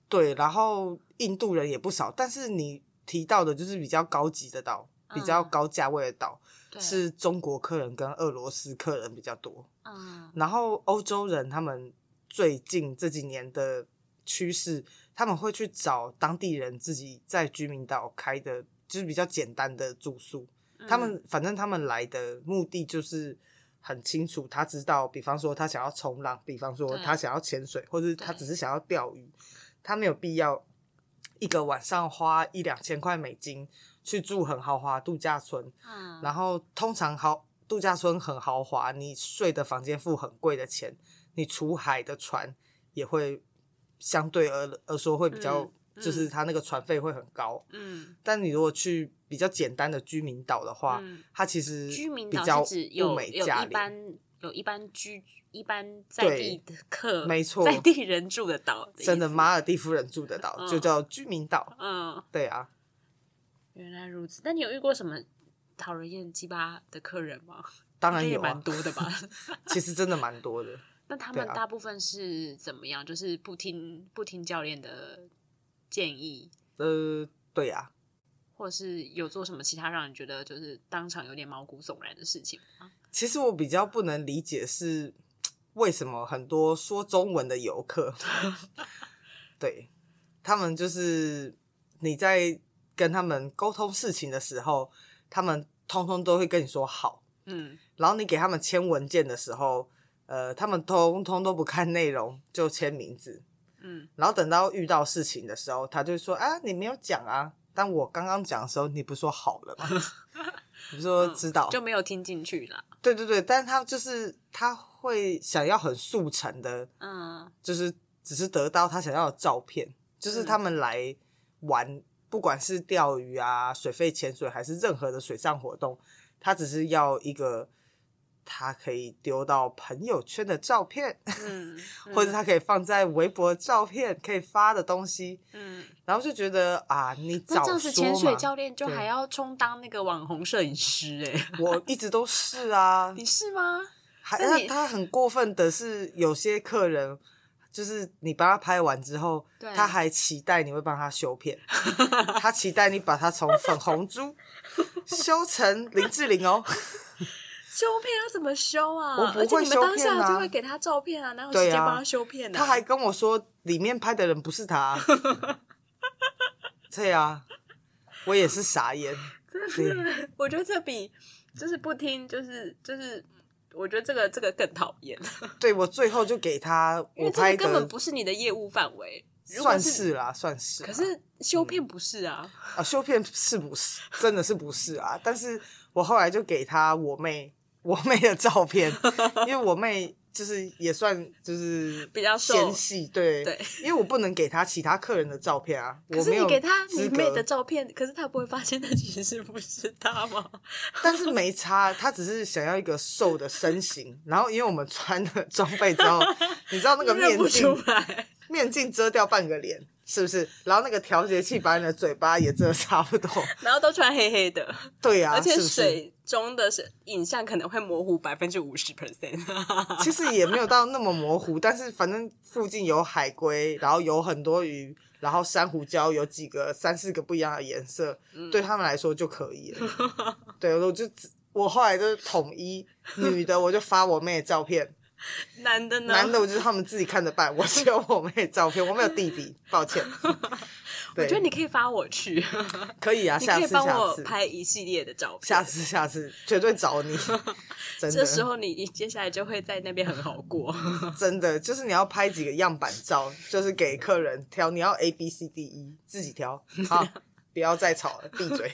对。然后印度人也不少，但是你提到的就是比较高级的岛，比较
嗯
高价位的岛，
对啊
是中国客人跟俄罗斯客人比较多。
嗯
然后欧洲人他们最近这几年的趋势，他们会去找当地人自己在居民岛开的，就是比较简单的住宿。
嗯
他们反正他们来的目的就是很清楚，他知道，比方说他想要冲浪，比方说
对
他想要潜水，或者他
对
只是想要钓鱼，他没有必要一个晚上花一两千块美金去住很豪华度假村，
嗯，
然后通常豪度假村很豪华，你睡的房间付很贵的钱，你出海的船也会相对而而说会比较，
嗯嗯
就是它那个船费会很高。
嗯
但你如果去比较简单的居民岛的话，
嗯，
它其实
居民
比
岛
较
是指
物
有
美
有
价
一
廉。
般有一般居一般在地的客，
没错
在地人住的岛，
真的
意思？
马尔蒂夫人住的岛、
嗯
就叫居民岛，
嗯，
对啊，
原来如此。那你有遇过什么讨人厌鸡巴的客人吗？
当
应该
然
也
有
蛮
啊，
多的 吧？
其实真的蛮多的。
那他
对
们
啊
大部分是怎么样？就是不听不听教练的建议，
呃，对啊，
或是有做什么其他让你觉得就是当场有点毛骨悚然的事情吗？
其实我比较不能理解是为什么很多说中文的游 客，对他们就是你在跟他们沟通事情的时候，他们通通都会跟你说好，
嗯，
然后你给他们签文件的时候，呃，他们通通都不看内容就签名字，
嗯，
然后等到遇到事情的时候，他就说啊，你没有讲啊，但我刚刚讲的时候，你不说好了吗？你不说
嗯
知道、
就没有听进去啦。
对对对，但是他就是他会想要很速成的，
嗯
就是只是得到他想要的照片，就是他们来玩，不管是钓鱼啊、水肺潜水，还是任何的水上活动，他只是要一个他可以丢到朋友圈的照片，
嗯，
或者他可以放在微博的照片可以发的东西，
嗯，嗯
然后就觉得啊，你
那
早
这
说
样子潜水
嘛，
教练就
对
还要充当那个网红摄影 师哎、
我一直都是 啊，
你是吗？
还
那
他
你
他很过分的是，有些客人就是你帮他拍完之后
对，
他还期待你会帮他修 片，他期待你把他从粉红猪修成林志玲 哦。
修片要怎么修啊？
我不
而且
会
你们当
修片
下
啊
就会给他照片啊，然后直
对啊
接帮他修片、啊
他还跟我说，里面拍的人不是他。啊 对啊，我也是傻眼。
真的， 我觉得这比就是不听，就是就是，我觉得这个这个更讨厌，
对我最后就给他
因
我
为这
拍
个根本
的，
不是你的业务范围。如果
算是嗯啦，算是啦。
可是修片不是啊，
啊，修片是不是真的是不是啊？但是我后来就给他我妹 我妹的照片， 因为我妹就是也算就是
比较瘦
纤细，对
对，
因为我不能给他其他客人的照片啊，
可
我
是
没
你
有
给他
资
你妹
格
的照片，可是他不会发现那其实是不是他吗？
但是没差，他只是想要一个瘦的身 形，然后因为我们穿了装备之后，你知道那个
认
面
不出
镜
来，
面镜遮掉半个脸。是不是？然后那个调节器把你的嘴巴也遮得差不多，
然后都穿黑黑的，
对呀、啊，
而且
是不是
水中的是影像可能会模糊百分之五十 percent。
其实也没有到那么模糊，但是反正附近有海龟，然后有很多鱼，然后珊瑚礁有几个三四个不一样的颜色，
嗯
对他们来说就可以了。 对，我就只我后来就是统一女的，我就发我妹的照 片，
男的呢？
男的我就是他们自己看着办，我只有我妹的照片，我没有弟弟，抱歉。
我
对，
觉得你可以发我去，
可以啊，
你
下
可以
次
帮
下
我
次
拍一系列的照片。
下次下次绝对找 你，真
这
的
时候你你接下来就会在那边很好过。
真的就是你要拍几个样板照，就是给客人挑，你要 A B C D E 自己挑，好，不要再吵了，闭嘴。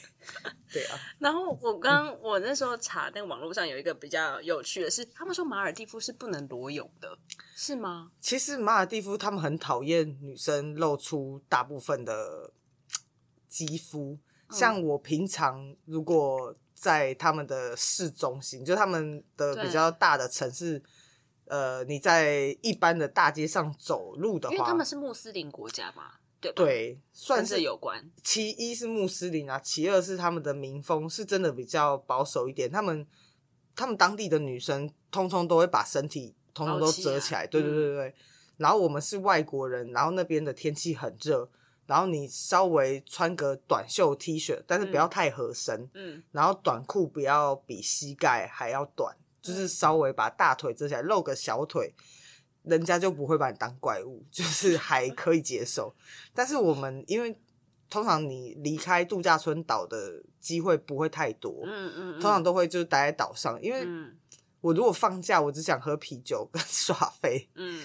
对啊，
然后我刚
嗯
我那时候查那个网络上有一个比较有趣的是，他们说马尔蒂夫是不能裸泳的，是吗？
其实马尔蒂夫他们很讨厌女生露出大部分的肌肤，
嗯
像我平常如果在他们的市中心，就他们的
对
比较大的城市。呃，你在一般的大街上走路的
因为他
话
们，是穆斯林国家嘛，对吧？，
对，算
跟
是
这有关。
其一是穆斯林啊，其二是他们的民风是真的比较保守一点。他们他们当地的女生通通都会把身体通通都遮起来，
包起来
对对对对。然后我们是外国人，然后那边的天气很热，然后你稍微穿个短袖 T 恤，但是不要太合身，
嗯，
然后短裤不要比膝盖还要短，
嗯
就是稍微把大腿遮起来，露个小腿，人家就不会把你当怪物，就是还可以接受。但是我们因为通常你离开度假村岛的机会不会太多，
嗯嗯嗯，
通常都会就是待在岛上，因为
嗯
我如果放假，我只想喝啤酒跟 耍飞。
嗯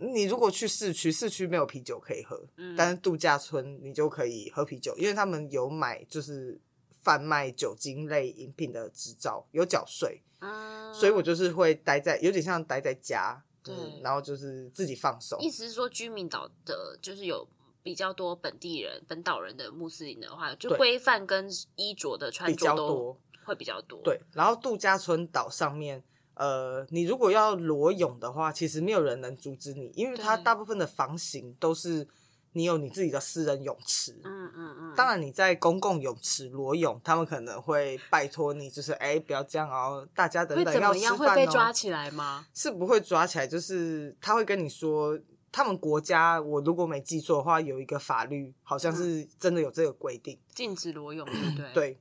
你如果去市区，市区没有啤酒可以喝，
嗯，
但是度假村你就可以喝啤酒，因为他们有买就是贩卖酒精类饮品的执照，有缴税，
嗯
所以我就是会待在有点像待在家，
对
嗯，然后就是自己放松。
意思是说，居民岛的就是有比较多本地人、本岛人的穆斯林的话，就
对
规范跟衣着的穿
比较
着都
多
会比较多。，
对，然后度假村岛上面，呃，你如果要裸泳的话，其实没有人能阻止你，因为它
对
大部分的房型都是你有你自己的私人泳池，
嗯嗯嗯，
当然你在公共泳池裸泳，他们可能会拜托你，就是哎、不要这样哦，大家等
会
等
怎
要
么
吃
样？
饭哦。
会被抓起来吗？
是不会抓起来，就是他会跟你说，他们国家我如果没记错的话，有一个法律好像是真的有这个规定，
禁止裸泳，嗯对不对？。
对。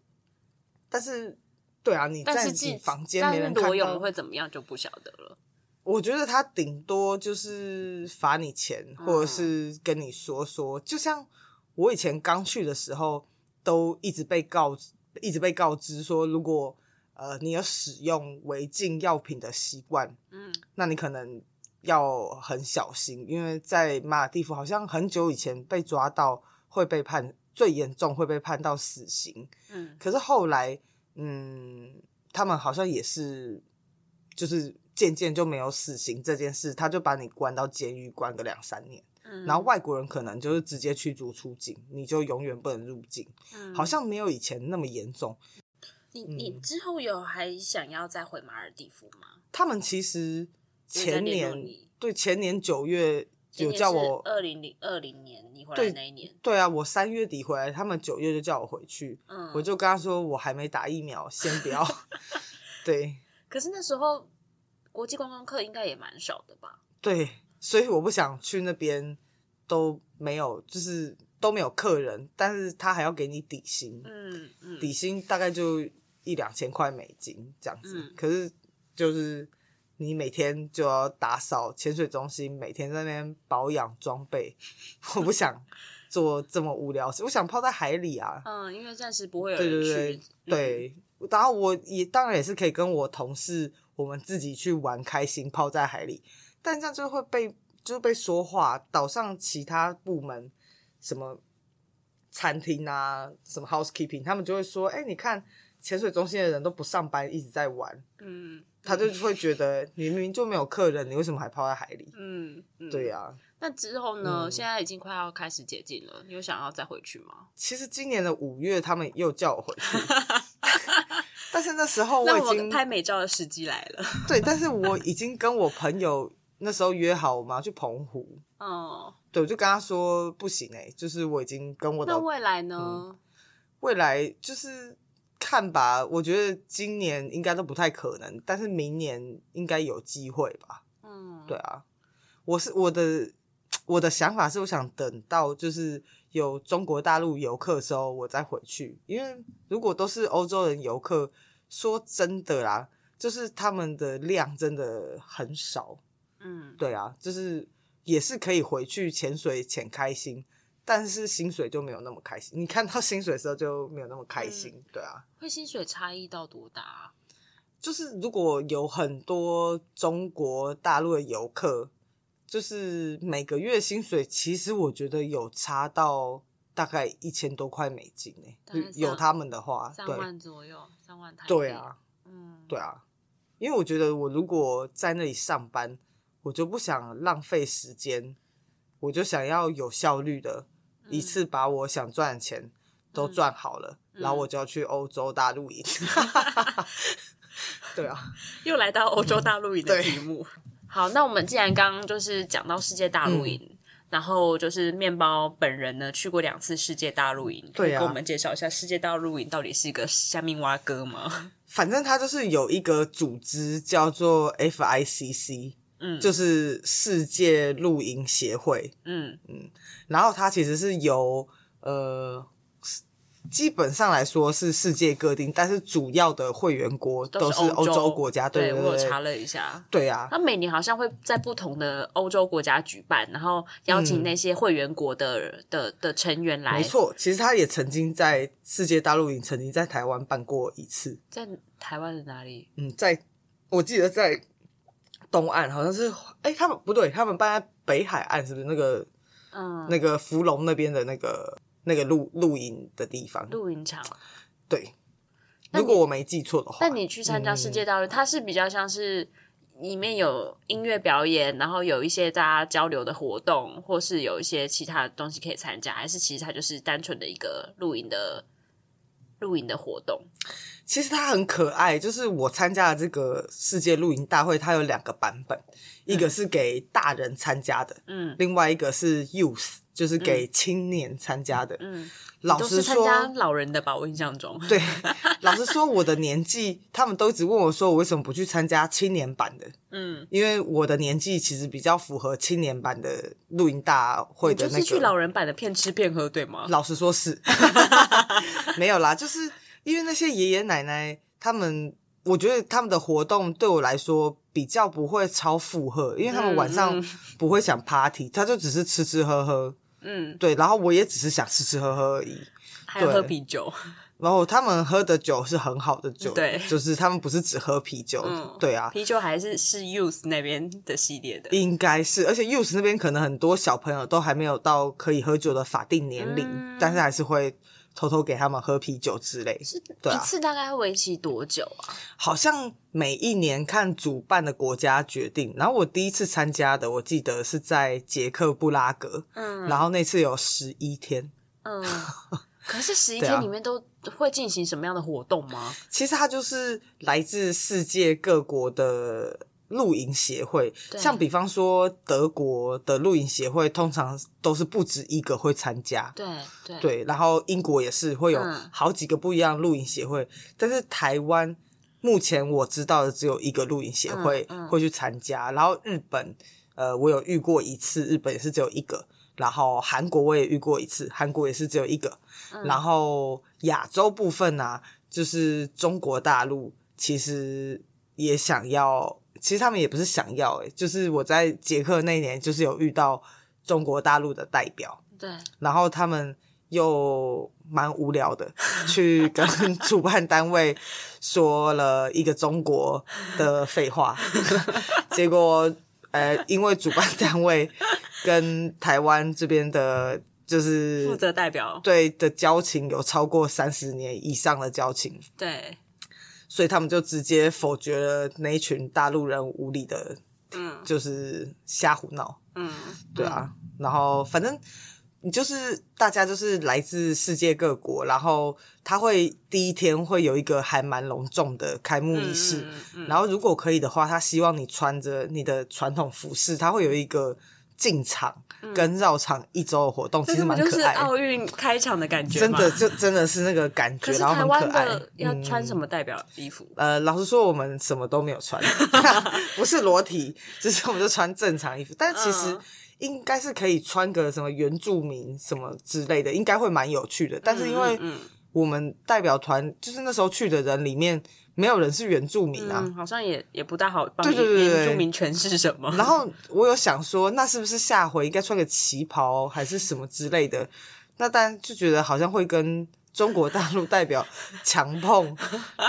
但是，对啊，你
但
在
是
你
禁
房间
但
没
是
人看
裸泳
到，
会怎么样就不晓得了。
我觉得他顶多就是罚你钱，
嗯
或者是跟你说说，就像我以前刚去的时候，都一直被告，一直被告知说，如果呃你有使用违禁药品的习惯，
嗯
那你可能要很小心，因为在马尔蒂夫好像很久以前被抓到会被判最严重会被判到死刑，
嗯
可是后来，嗯，他们好像也是，就是渐渐就没有死刑这件事，他就把你关到监狱关个两三年，
嗯，
然后外国人可能就是直接驱逐出境，你就永远不能入境，
嗯
好像没有以前那么严重。
你你
嗯
之后有还想要再回马尔地夫吗？
他们其实
有在
前
联络
年
你
对前年九月有叫我
二零零二零年你回来
对
那一年，
对啊，我三月底回来，他们九月就叫我回去，
嗯，
我就跟他说我还没打疫苗，先不 要。 对
可是那时候国际观光客应该也蛮少的吧？
对，所以我不想去那边都没有，就是都没有客人，但是他还要给你底薪，
嗯嗯
底薪大概就一两千块美金这样子。
嗯
可是就是你每天就要打扫潜水中心，每天在那边保养装备， 我不想做这么无聊的事，我想泡在海里啊。
嗯，因为暂时不会有
对
人去。
对
嗯
对对，然后我也当然也是可以跟我同事，我们自己去玩开心，泡在海里，但这样就会被就是被说话，岛上其他部门什么餐厅啊，什么 housekeeping，他们就会说，哎、你看潜水中心的人都不上班，一直在玩，
嗯，
他就会觉得你明明就没有客人，你为什么还泡在海里？
嗯嗯，
对啊
呀、
呀、
那之后呢？
嗯
现在已经快要开始解禁了，你有想要再回去吗？
其实今年的五月他们又叫我回 去， 但是那时候
那
哦已
我
经
拍美照的时机来了。
对，但是我已经跟我朋友那时候约好，我们要去澎湖。
哦，
对，我就跟他说不行哎、就是我已经跟我的
那未来呢？
未来就是看吧，我觉得今年应该都不太可能，但是明年应该有机会吧。
嗯，
对，啊，我是我的我的想法是，我想等到就是有中国大陆游客的时候，我再回去。因为如果都是欧洲人游客，说真的啦，就是他们的量真的很少。
嗯，
对啊，就是也是可以回去潜水潜开心，但是薪水就没有那么开心。你看到薪水的时候就没有那么开心，
嗯
对啊。
会薪水差异到多大啊？
就是如果有很多中国大陆的游客，就是每个月薪水，其实我觉得有差到大概一千多块美金诶、
大概
有
三
他们的话，
三
对
万左右，三万台币。
对啊，，
嗯，
对啊，因为我觉得我如果在那里上班，我就不想浪费时间，我就想要有效率的，
嗯
一次把我想赚的钱都赚好了，
嗯
然后我就要去欧洲大陆营。 对啊，
又来到欧洲大陆营的
嗯对
题目。好，那我们既然刚刚就是讲到世界大陆营，然后就是面包本人呢去过两次世界大陆营，可以
对啊
给我们介绍一下世界大陆营到底是一个虾米蛙哥吗？
反正它就是有一个组织叫做 FICC，
嗯，
就是世界露营协会，
嗯
然后它其实是由呃，基本上来说是世界各地，但是主要的会员国
都
都
是
是欧
洲
洲国家，对
对
对
我有
对
查
对，
了一下，
对啊，
他每年好像会在不同的欧洲国家举办，然后邀请
嗯
那些会员国的的的成员来。
没，错，其实他也曾经在世界大陆营曾经在台湾办过一次，
在台湾的哪里？
嗯，在我记得在东岸好像是，哎、他们不对，他们办在北海岸是不是那个
嗯，
那个芙蓉那边的那个那个露露营的地方？
露营场。
对，
那
如
你
果我没记错的话，
那你去参加世界
嗯
大陆，它是比较像是里面有音乐表演，然后有一些大家交流的活动，或是有一些其他的东西可以参加，还是其实它就是单纯的一个露营的露营的活动？
其实它很可爱，就是我参加的这个世界露营大会，它有两个版本，一个是给大人参加的，
嗯
另外一个是 youth，就是给青年参加的。
嗯，
老
都
实
是参
说，
加老人的吧？我印象中，
对， 老实说，我的年纪，他们都一直问我说，我为什么不去参加青年版的？
嗯，
因为我的年纪其实比较符合青年版的露营大会
你
的
就
那个。
是去老人版的骗吃骗喝，对吗？
老实说 是，没有啦，就是因为那些爷爷奶奶他们，我觉得他们的活动对我来说比较不会超负荷，因为他们晚
嗯
上
嗯
不会想 party，他就只是吃吃喝喝，
嗯，
对，然后我也只是想吃吃喝喝而已。
还有
对
喝啤酒，
然后他们喝的酒是很好的酒，
对
就是他们不是只喝啤酒，
嗯
对啊，
啤酒还是是 Youth 那边的系列的
应该是，而且 Use 那边可能很多小朋友都还没有到可以喝酒的法定年龄，
嗯
但是还是会偷偷给他们喝啤酒之类，
是
对
一
啊
次大概为期多久啊？
好像每一年看主办的国家决定。然后我第一次参加的，我记得是在捷克布拉格，
嗯，
然后那次有十一天。
嗯，可是十一
对
天
啊
里面都会进行什么样的活动吗？
其实它就是来自世界各国的露营协会，
对
像比方说德国的露营协会，通常都是不止一个会参加。
对对，
对，然后英国也是会有
嗯
好几个不一样的露营协会，但是台湾目前我知道的只有一个露营协会
嗯嗯
会去参加，然后日本呃我有遇过一次，日本也是只有一个，然后韩国我也遇过一次，韩国也是只有一个，
嗯
然后亚洲部分呢、就是中国大陆其实也想要，其实他们也不是想要、欸，就是我在捷克那一年就是有遇到中国大陆的代表。
对，
然后他们又蛮无聊 的，去跟主办单位说了一个中国的废话， 结果呃，因为主办单位跟台湾这边的，就是
负责代表，
对的交情有超过三十年以上的交情，
对，
所以他们就直接否决了那一群大陆人无理的，
嗯
就是瞎胡闹。
嗯，
对啊，然后反正你就是大家就是来自世界各国，然后他会第一天会有一个还蛮隆重的开幕
嗯，
仪式，
嗯，嗯
然后如果可以的话，他希望你穿着你的传统服饰，他会有一个进场跟绕场一周的活动，
嗯这
其实
根本
蛮
就是
可爱的。
奥运开场的感觉，
真的，。就真的是那个感觉，
可是
然后
台
很可
湾
爱嗯
的。要穿什
么？
么代表衣服？
呃，老实说，我们什么都没有 穿，不是裸体，就是我们就穿正常衣服。但其实
嗯
应该是可以穿个什么原住民什么之类的，应该会蛮有趣的。但是因为
嗯嗯
我们代表团就是那时候去的人里面，没有人是原住民啊。
嗯，好像也也不大好帮
对对对对
原住民诠释什么。
然后我有想说，那是不是下回应该穿个旗袍还是什么之类的？那当然就觉得好像会跟中国大陆代表强碰，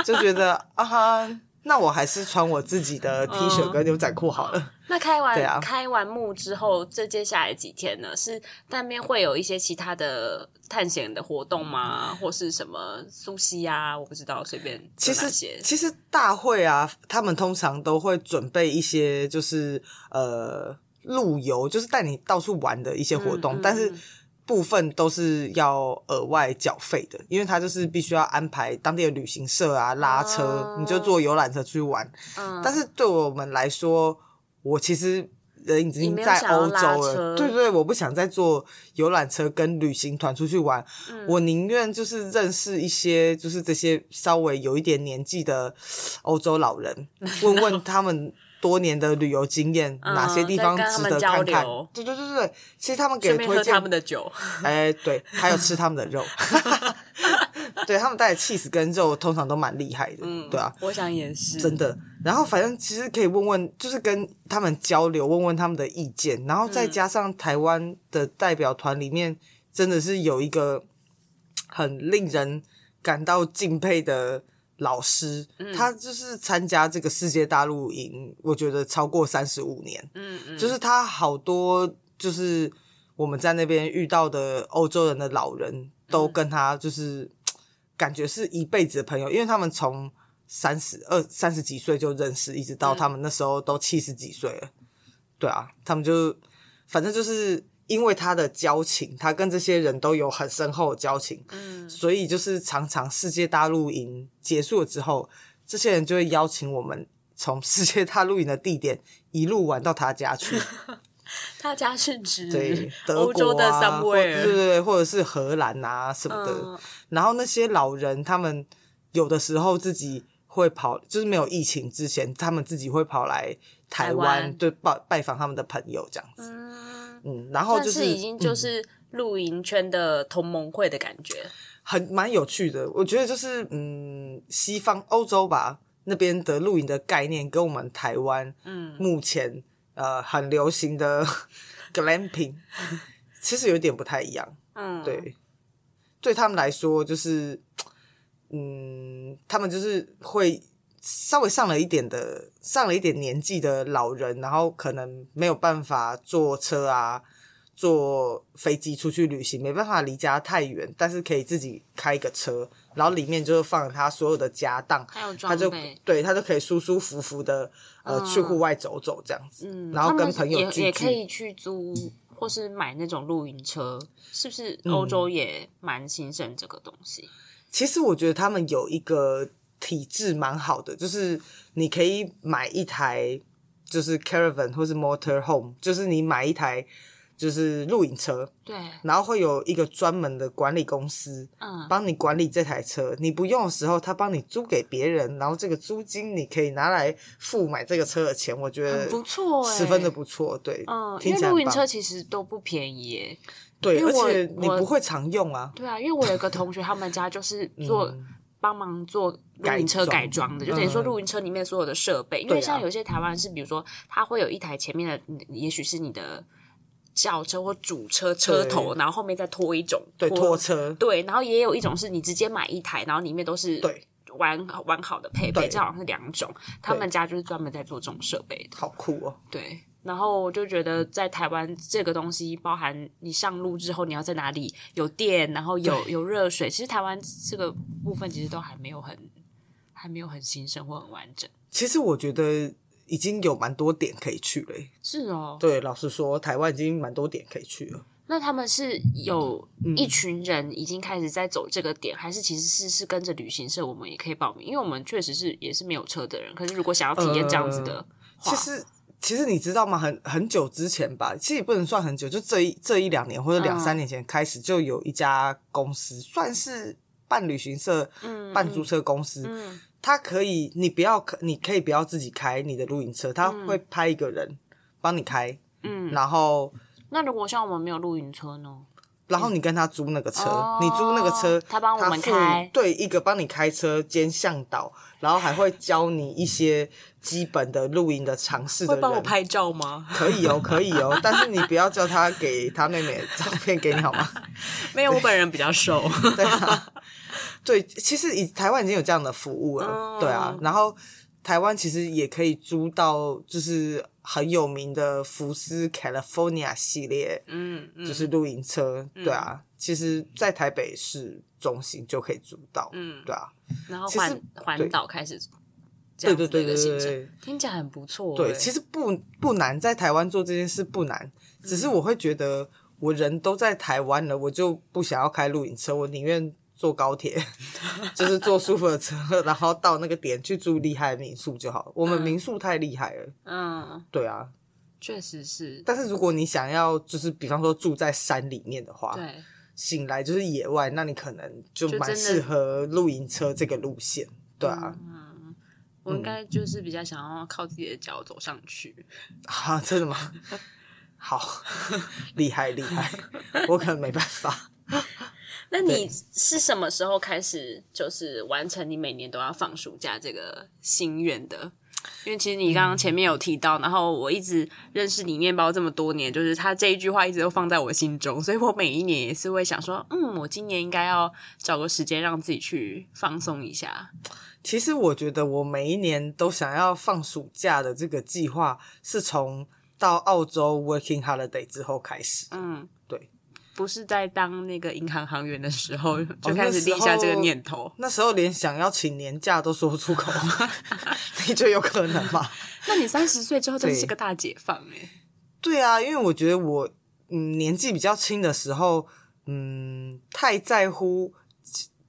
就觉得啊哈，那我还是穿我自己的 T 恤跟牛仔裤好了。
那开完、
对啊
开完幕之后，这接下来几天呢？是那边会有一些其他的探险的活动吗？或是什么苏西啊？我不知道，随便有
其
哪
实
些嗯
其实大会啊，他们通常都会准备一些就是呃路游，就是带你到处玩的一些活动，
嗯嗯
但是
嗯
部分都是要额外缴费的，因为他就是必须要安排当地的旅行社啊拉车，
哦
你就坐游览车出去玩。
嗯，
但是对我们来说，我其实。人已经
没有
在
想要
欧
拉
洲
车
了，对对，我不想再坐游览车跟旅行团出去玩，
嗯
我宁愿就是认识一些 就是这些稍微有一点年纪的欧洲老人，问问他们多年的旅游经验，
嗯
哪些地方
再跟他
值
们
得
交
看看
流？
对对对对，其实他们给的
顺便
推
喝
荐，
他们的酒，
哎， 对，还有吃他们的肉， 对他们带的 cheese 跟肉通常都蛮厉害的，
嗯，
对啊，，
我想也是，
真的。然后反正其实可以问问，就是跟他们交流，问问他们的意见，然后再
嗯
加上台湾的代表团里面，真的是有一个很令人感到敬佩的老师，
嗯
他就是参加这个世界大陆营，我觉得超过三十五年，
嗯嗯，
就是他好多就是我们在那边遇到的欧洲人的老人，都跟他就是、感觉是一辈子的朋友，因为他们从三十二三十几岁就认识，一直到
嗯
他们那时候都七十几岁了。对啊，他们就反正就是因为他的交情，他跟这些人都有很深厚的交情，
嗯
所以就是常常世界大陆营结束了之后，这些人就会邀请我们从世界大陆营的地点一路玩到他家去。
他家是指
对，德
欧
国
洲的
啊，或对
somewhere，
对对，或者是荷兰啊什么的。
嗯
然后那些老人，他们有的时候自己会跑，就是没有疫情之前，他们自己会跑来台
台
湾，
湾
对拜拜访他们的朋友这样子。
嗯，
嗯，然后
算
就是
已经就
嗯
是露营圈的同盟会的感觉，
很蛮有趣的。我觉得就是嗯，西方欧洲吧那边的露营的概念，跟我们台湾
嗯
目前呃很流行的 glamping 其实有点不太一样。
嗯，
对，对他们来说就是，嗯，他们就是会稍微上了一点的，上了一点年纪的老人，然后可能没有办法坐车啊，坐飞机出去旅行，没办法离家太远，但是可以自己开一个车，然后里面就是放他所有的家当。
还有
他
装
就
备，
对他就可以舒舒服服的呃、去
嗯
户外走走这样子，
嗯，
然后
他们
跟朋友
也
聚
也
聚
可以去租或是买那种露营车，是不
嗯
是欧洲也蛮兴盛这个东西？
其实我觉得他们有一个体制蛮好的，就是你可以买一台就是 caravan 或是 motor home，就是你买一台就是露营车，
对，
然后会有一个专门的管理公司
嗯，
帮你管理这台车，你不用的时候他帮你租给别人，然后这个租金你可以拿来付买这个车的钱，我觉
很不
得。
错、欸，
呃十分的。不错，对，
嗯，
听
因为
起来
露
很
营
棒
车其实都不便宜耶。
对，
因
而
为我
且你
我
不会常用啊，
对啊，因为我有一个同学，他们家就是做
嗯
帮忙做露
改
营
装
车
嗯
改装的，就等于说露营车里面所有的设备，因为
对啊
像有些台湾是，比如说它会有一台前面的，嗯也许是你的轿车或主车车头，
对
然后后面再拖一种
对，拖车，
对，然后也有一种是你直接买一台，然后里面都是
对，
完完好的配备，
对
这好像是两种。他们家就是专门在做这种设备的，
好酷哦，
对。然后我就觉得在台湾这个东西，包含你上路之后你要在哪里有电，然后有
对
有热水，其实台湾这个部分其实都还没有很还没有很新生或很完整。
其实我觉得已经有蛮多点可以去了欸、
是哦，
对，老实说，台湾已经蛮多点可以去了。
那他们是有
嗯
一群人已经开始在走这个点，还是其实是是跟着旅行社，我们也可以报名，因为我们确实是也是没有车的人，可是如果想要体验这样子的话，
其实，其实你知道吗？很很久之前吧，其实也不能算很久，就这一这一两年或者两
嗯
三年前开始，就有一家公司，算是半旅行社、
嗯
呃半租车公司，
嗯
它可以，你不要，你可以不要自己开你的露营车，它会派一个人帮你开，
嗯，
然后。
那如果像我们没有露营车呢？
然后你跟他租那个车，
哦
你租那个车，
他帮我们
付
开
对，一个帮你开车兼向导，然后还会教你一些基本的露营的常识的人。
照吗？
可以哦，可以哦，但是你不要叫他给他妹妹照片给你好吗？
没有，我本人比较瘦。
对啊，对，其实以台湾已经有这样的服务了，
嗯
对啊，然后台湾其实也可以租到，就是很有名的福斯 California 系列，
嗯，嗯
就是露营车，
嗯
对啊，其实，在台北市中心就可以租到，
嗯，
对啊，
然后
其实
环环
对
岛开始
对
这
对
样子的
对
一个
对
行
对
程，
对，
听起来很不错欸。
对，其实不不难，在台湾做这件事不难，
嗯
只是我会觉得我人都在台湾了，我就不想要开露营车，我宁愿坐高铁， 就是坐舒服的车，然后到那个点去住厉害的民宿就好了。我们
嗯
民宿太厉害了，
嗯，
对啊，
确实是，
但是如果你想要就是比方说住在山里面的话，
对。
醒来就是野外，那你可能就
就
蛮
真的
适合露营车这个路线，对啊，
嗯，我应该就是比较想要靠自己的脚走上去。
啊，真的吗？好， 厉害厉害， 我可能没办法。
那
对
你是什么时候开始就是完成你每年都要放暑假这个心愿的？因为其实你刚刚前面有提到，然后我一直认识你面包这么多年，就是他这一句话一直都放在我心中，所以我每一年也是会想说，嗯，我今年应该要找个时间让自己去放松一下。
其实我觉得我每一年都想要放暑假的这个计划，是从到澳洲 working holiday 之后开始。
嗯，
对，哦
不是在当那个银行行员的时候就
那
开始
时
立下这个
候
念头。
那时候连想要请年假都说不出口， 你觉得有可能吗？
那你三十岁之后真是
对
个大解放哎、
对啊，因为我觉得我嗯年纪比较轻的时候，嗯太在乎，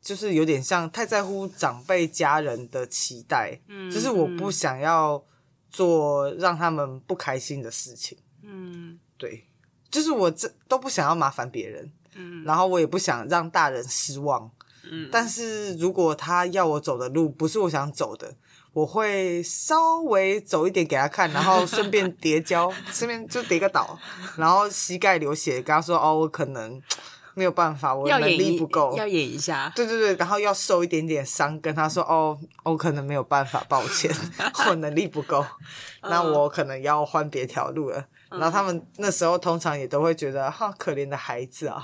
就是有点像太在乎长辈家人的期待，
嗯
就是我不想要做让他们不开心的事情，
嗯
对，就是我这都不想要麻烦别人，
嗯
然后我也不想让大人失望，
嗯，
但是如果他要我走的路不是我想走的，我会稍微走一点给他看，然后顺 便叠跤，顺便就叠个倒，然后膝盖流血，跟他说哦，我可能没有办法，我
要
能
演
力
一
不够。
要演一下。
对对对，然后要受一点点伤，跟他说哦，我可能没有办法，抱歉， 我能力不够，那我可能要换别条路了。然后他们那时候通常也都会觉得，哈、可怜的孩子啊，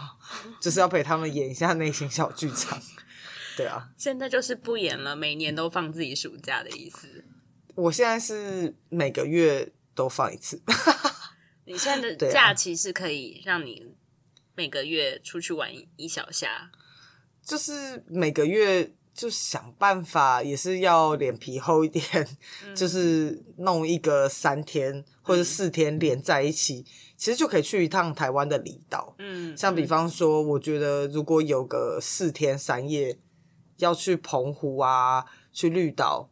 就是要陪他们演一下内心小剧场。 对啊，
现在就是不演了，每年都放自己暑假的意思。
我现在是每个月都放一次，
你现在
对
的
啊
假期是可以让你每个月出去玩一小下，
就是每个月就想办法，也是要脸皮厚一点，
嗯
就是弄一个三天或者四天连在一起，其实就可以去一趟台湾的离岛。
嗯，
像比方说，我觉得如果有个四天三夜要去澎湖啊，去绿岛，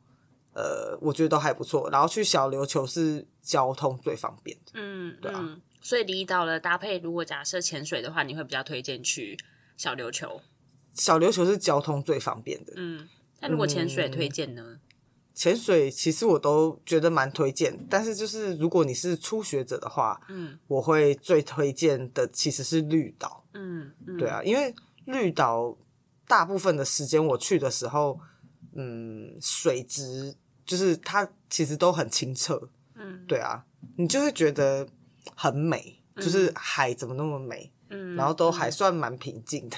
呃，我觉得都还不错。然后去小琉球是交通最方便的。
嗯，嗯
对啊
嗯，所以离岛的搭配，如果假设潜水的话，你会比较推荐去小琉球。
小琉球是交通最方便的，
嗯，那如果潜水
嗯
推荐呢？
潜水其实我都觉得蛮推荐，但是就是如果你是初学者的话，
嗯
我会最推荐的其实是绿岛。
嗯嗯，
对，啊，因为绿岛大部分的时间我去的时候，嗯，水质就是它其实都很清澈。
嗯
对啊，你就会觉得很美，
嗯
就是海怎么那么美，
嗯，
然后都还算蛮平静的。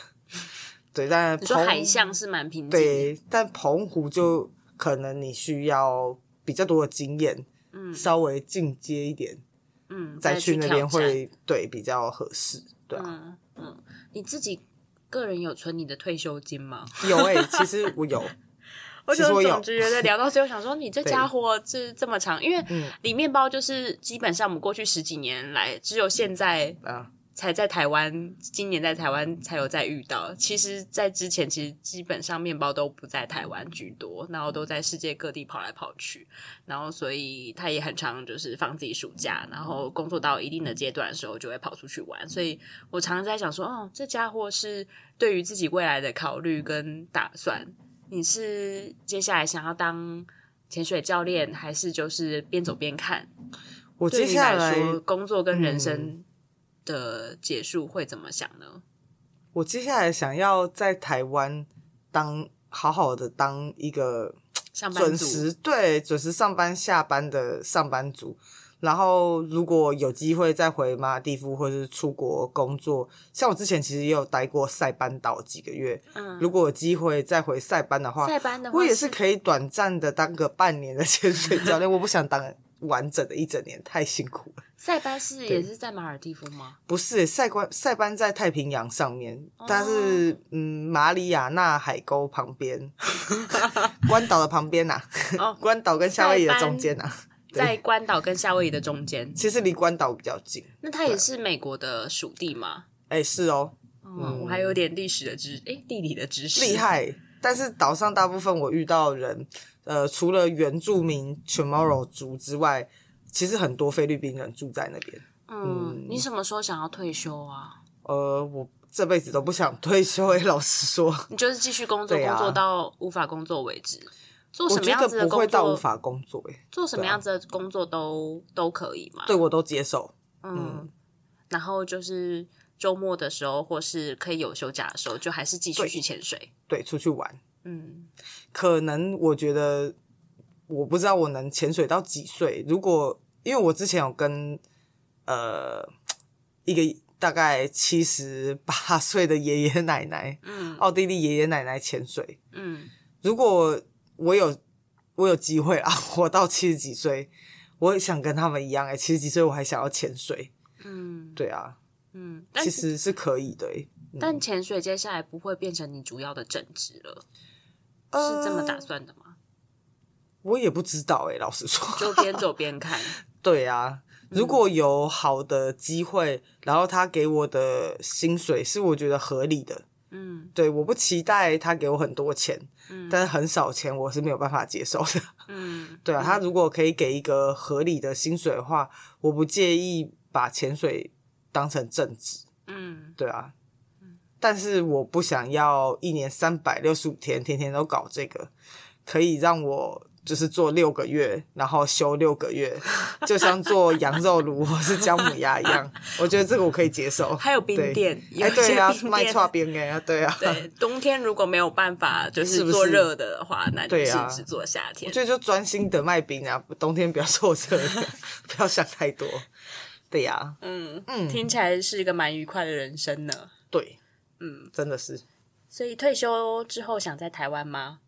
对，但
你说
澎
海象是蛮平静的，
对，但澎湖就可能你需要比较多的经验，
嗯
稍微进阶一点，
嗯，
再去那边
挑战
会对比较合适。对啊，
嗯嗯，你自己个人有存你的退休金吗？
有诶、其实我 有，
我
其
就
实我有
总觉得聊到最后 想说，你这
对
家伙这这么长，因为
嗯
里面包就是基本上我们过去十几年来，只有现在
啊，
才在台湾，今年在台湾才有再遇到。其实，在之前其实基本上面包都不在台湾居多，然后都在世界各地跑来跑去，然后所以他也很常就是放自己暑假，然后工作到一定的阶段的时候就会跑出去玩。所以我常常在想说，哦，这家伙是对于自己未来的考虑跟打算。你是接下来想要当潜水教练，还是就是边走边看？
我
对
接
你
下
来
来
说，工作跟人
嗯
生的结束会怎么想呢？
我接下来想要在台湾当好好的当一个
上班
准
族，
时对准时上班下班的上班族。然后，如果有机会再回马尔地夫或是出国工作，像我之前其实也有待过塞班岛几个月。
嗯，
如果有机会再回塞班的话，
塞班的话，
我也是可以短暂的当个半年的潜水教练。我 不想当完整的一整年，太辛苦了。
塞班是也
对
是在马尔蒂夫吗？
不是塞关塞班在太平洋上面
哦，
但是、嗯，马里亚纳海沟旁边， 关岛的旁边呐、
哦
关岛跟夏威夷的
塞班
中间呐、对
在关岛跟夏威夷的中间，
其实离关岛比较近。
那它也是美国的属地吗？
哎、是哦，
嗯，我还有点历史的知，哎、地理的知识，
厉。 害。但是岛上大部分我遇到的人，呃，除了原住民 Chamorro 族之外，其实很多菲律宾人住在那边。
嗯
嗯，
你什么时候想要退休啊？
呃，我这辈子都不想退休、欸。老实说，
你就是继续工作，
对啊
工作到无法工作为止。做
我
什么
觉
样子
得
的
不会
工
到无
作，
法工作、欸，
做什么
对啊
样子的工作都都可以嘛。
对我都接受。
嗯
嗯，
然后就是周末的时候，或是可以有休假的时候，就还是继续
对
去潜水。
对，出去玩，
嗯，
可能我觉得我不知道我能潜水到几岁。如果因为我之前有跟呃一个大概七十八岁的爷爷奶奶，
嗯
奥地利爷爷奶奶潜水，
嗯，
如果我有我有机会啊， 活到七十几岁，我也想跟他们一样哎、欸，七十几岁我还想要潜水。
嗯，
对啊，
嗯，但
其实是可以的、欸。嗯
但潜水接下来不会变成你主要的正职了，是这么打
呃
算的吗？
我也不知道哎、老实说，
就边走边看，
对啊，如果有好的机会，然后他给我的薪水是我觉得合理的，
嗯
对，我不期待他给我很多钱，
嗯，
但是很少钱我是没有办法接受的。
嗯，
对啊，
嗯
他如果可以给一个合理的薪水的话，我不介意把潜水当成正职。
嗯
对啊，但是我不想要一年三百六十五天天天都搞这个，可以让我就是做六个月，然后休六个月，就像做羊肉炉或是姜母鸭一样，我觉得这个我可以接受。
还有冰
对
店，有
哎，
一些
对啊
冰，
卖
店
串边哎，对啊，
对，冬天如果没有办 法就是
不
做
是
热的的话，那就
对
是
啊
只做夏
我
天。
觉得就专心的卖冰啊，冬天不要做这个， 不要想太多。对呀、
嗯，
嗯，
听起来是一个蛮愉快的人生呢。
对，
嗯，
真的是。
所以退休之后想在台湾吗？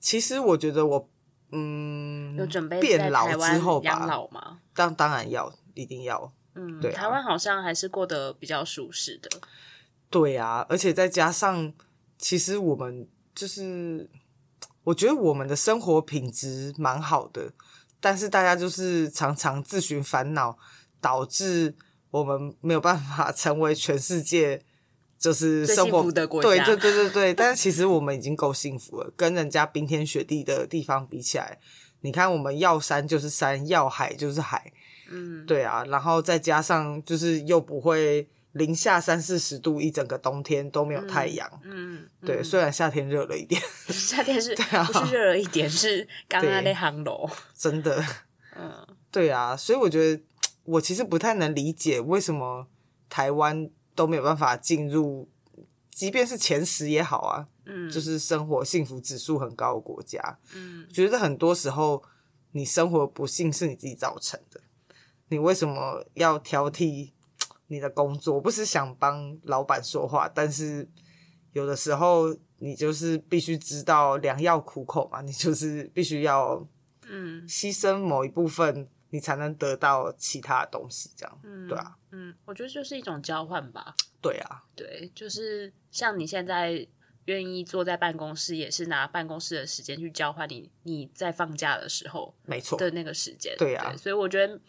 其实我觉得我，嗯，
有准备在
变老
台
之
湾
后
养
吧，
老吗？
当当然要，一定要。
嗯，
对啊
台湾好像还是过得比较舒适的。
对啊，而且再加上，其实我们就是，我觉得我们的生活品质蛮好的，但是大家就是常常自寻烦恼，导致我们没有办法 成为全世界就是
最
生活
幸福的国
对
家
对对对对，但是其实我们已经够幸福了，跟人家冰天雪地的地方比起来，你看我们要山就是山，要海就是海，
嗯，
对啊，然后再加上就是又不会零下三四十度，一整个冬天都没有太阳。
嗯，嗯，
对，虽然夏天热了一点，
夏天是
啊
不是热了一点，是刚刚那
对
行楼。
真的，
嗯
对啊，所以我觉得我其实不太能理解为什么台湾都没有办法进入，即便是前十也好啊，
嗯，
就是生活幸福指数很高的国家。
嗯
觉得很多时候你生活不幸是你自己造成的，你为什么要挑剔你的工作？我不是想帮老板说话，但是有的时候你就是必须知道良药苦口嘛，你就是必须要
嗯
牺牲某一部分，你才能得到其他的东西，这样
嗯，
对啊，
嗯，我觉得就是一种交换吧。
对啊，
对，就是像你现在愿意坐在办公室，也是拿办公室的时间去交换你你在放假的时候
没错，
的那个时间。
对啊
所以我觉得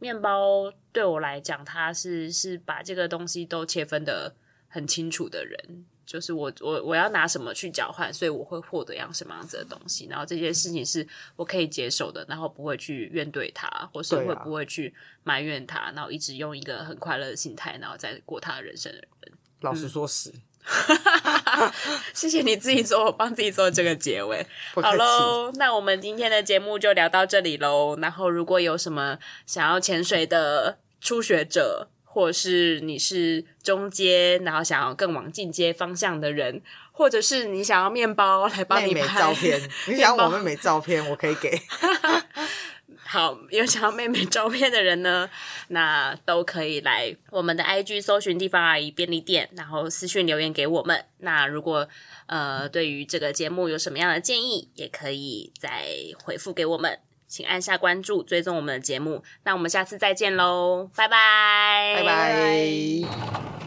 面包对我来讲，他是是把这个东西都切分的很清楚的人。就是我我我要拿什么去交换，所以我会获得样什么样子的东西，然后这件事情是我可以接受的，然后不会去怨对他，或是
对啊
会不会去埋怨他，然后一直用一个很快乐的心态，然后再过他的人生的人。
老
嗯
实说是，
谢谢你自己做，我帮自己做这个结尾。
不客
好
气，
喽，那我们今天的节目就聊到这里喽。然后，如果有什么想要潜水的初学者，或是你是中阶，然后想要更往进阶方向的人，或者是你想要面包来帮
妹
你
妹
拍
照 片，你想我妹妹照片，我可以给，
好，有想要妹妹照片的人呢，那都可以来我们的 IG 搜寻地方阿姨便利店，然后私讯留言给我们。那如果呃对于这个节目有什么样的建议，也可以再回复给我们。请按下关注，追踪我们的节目。那我们下次再见喽，拜拜，
拜
拜
拜。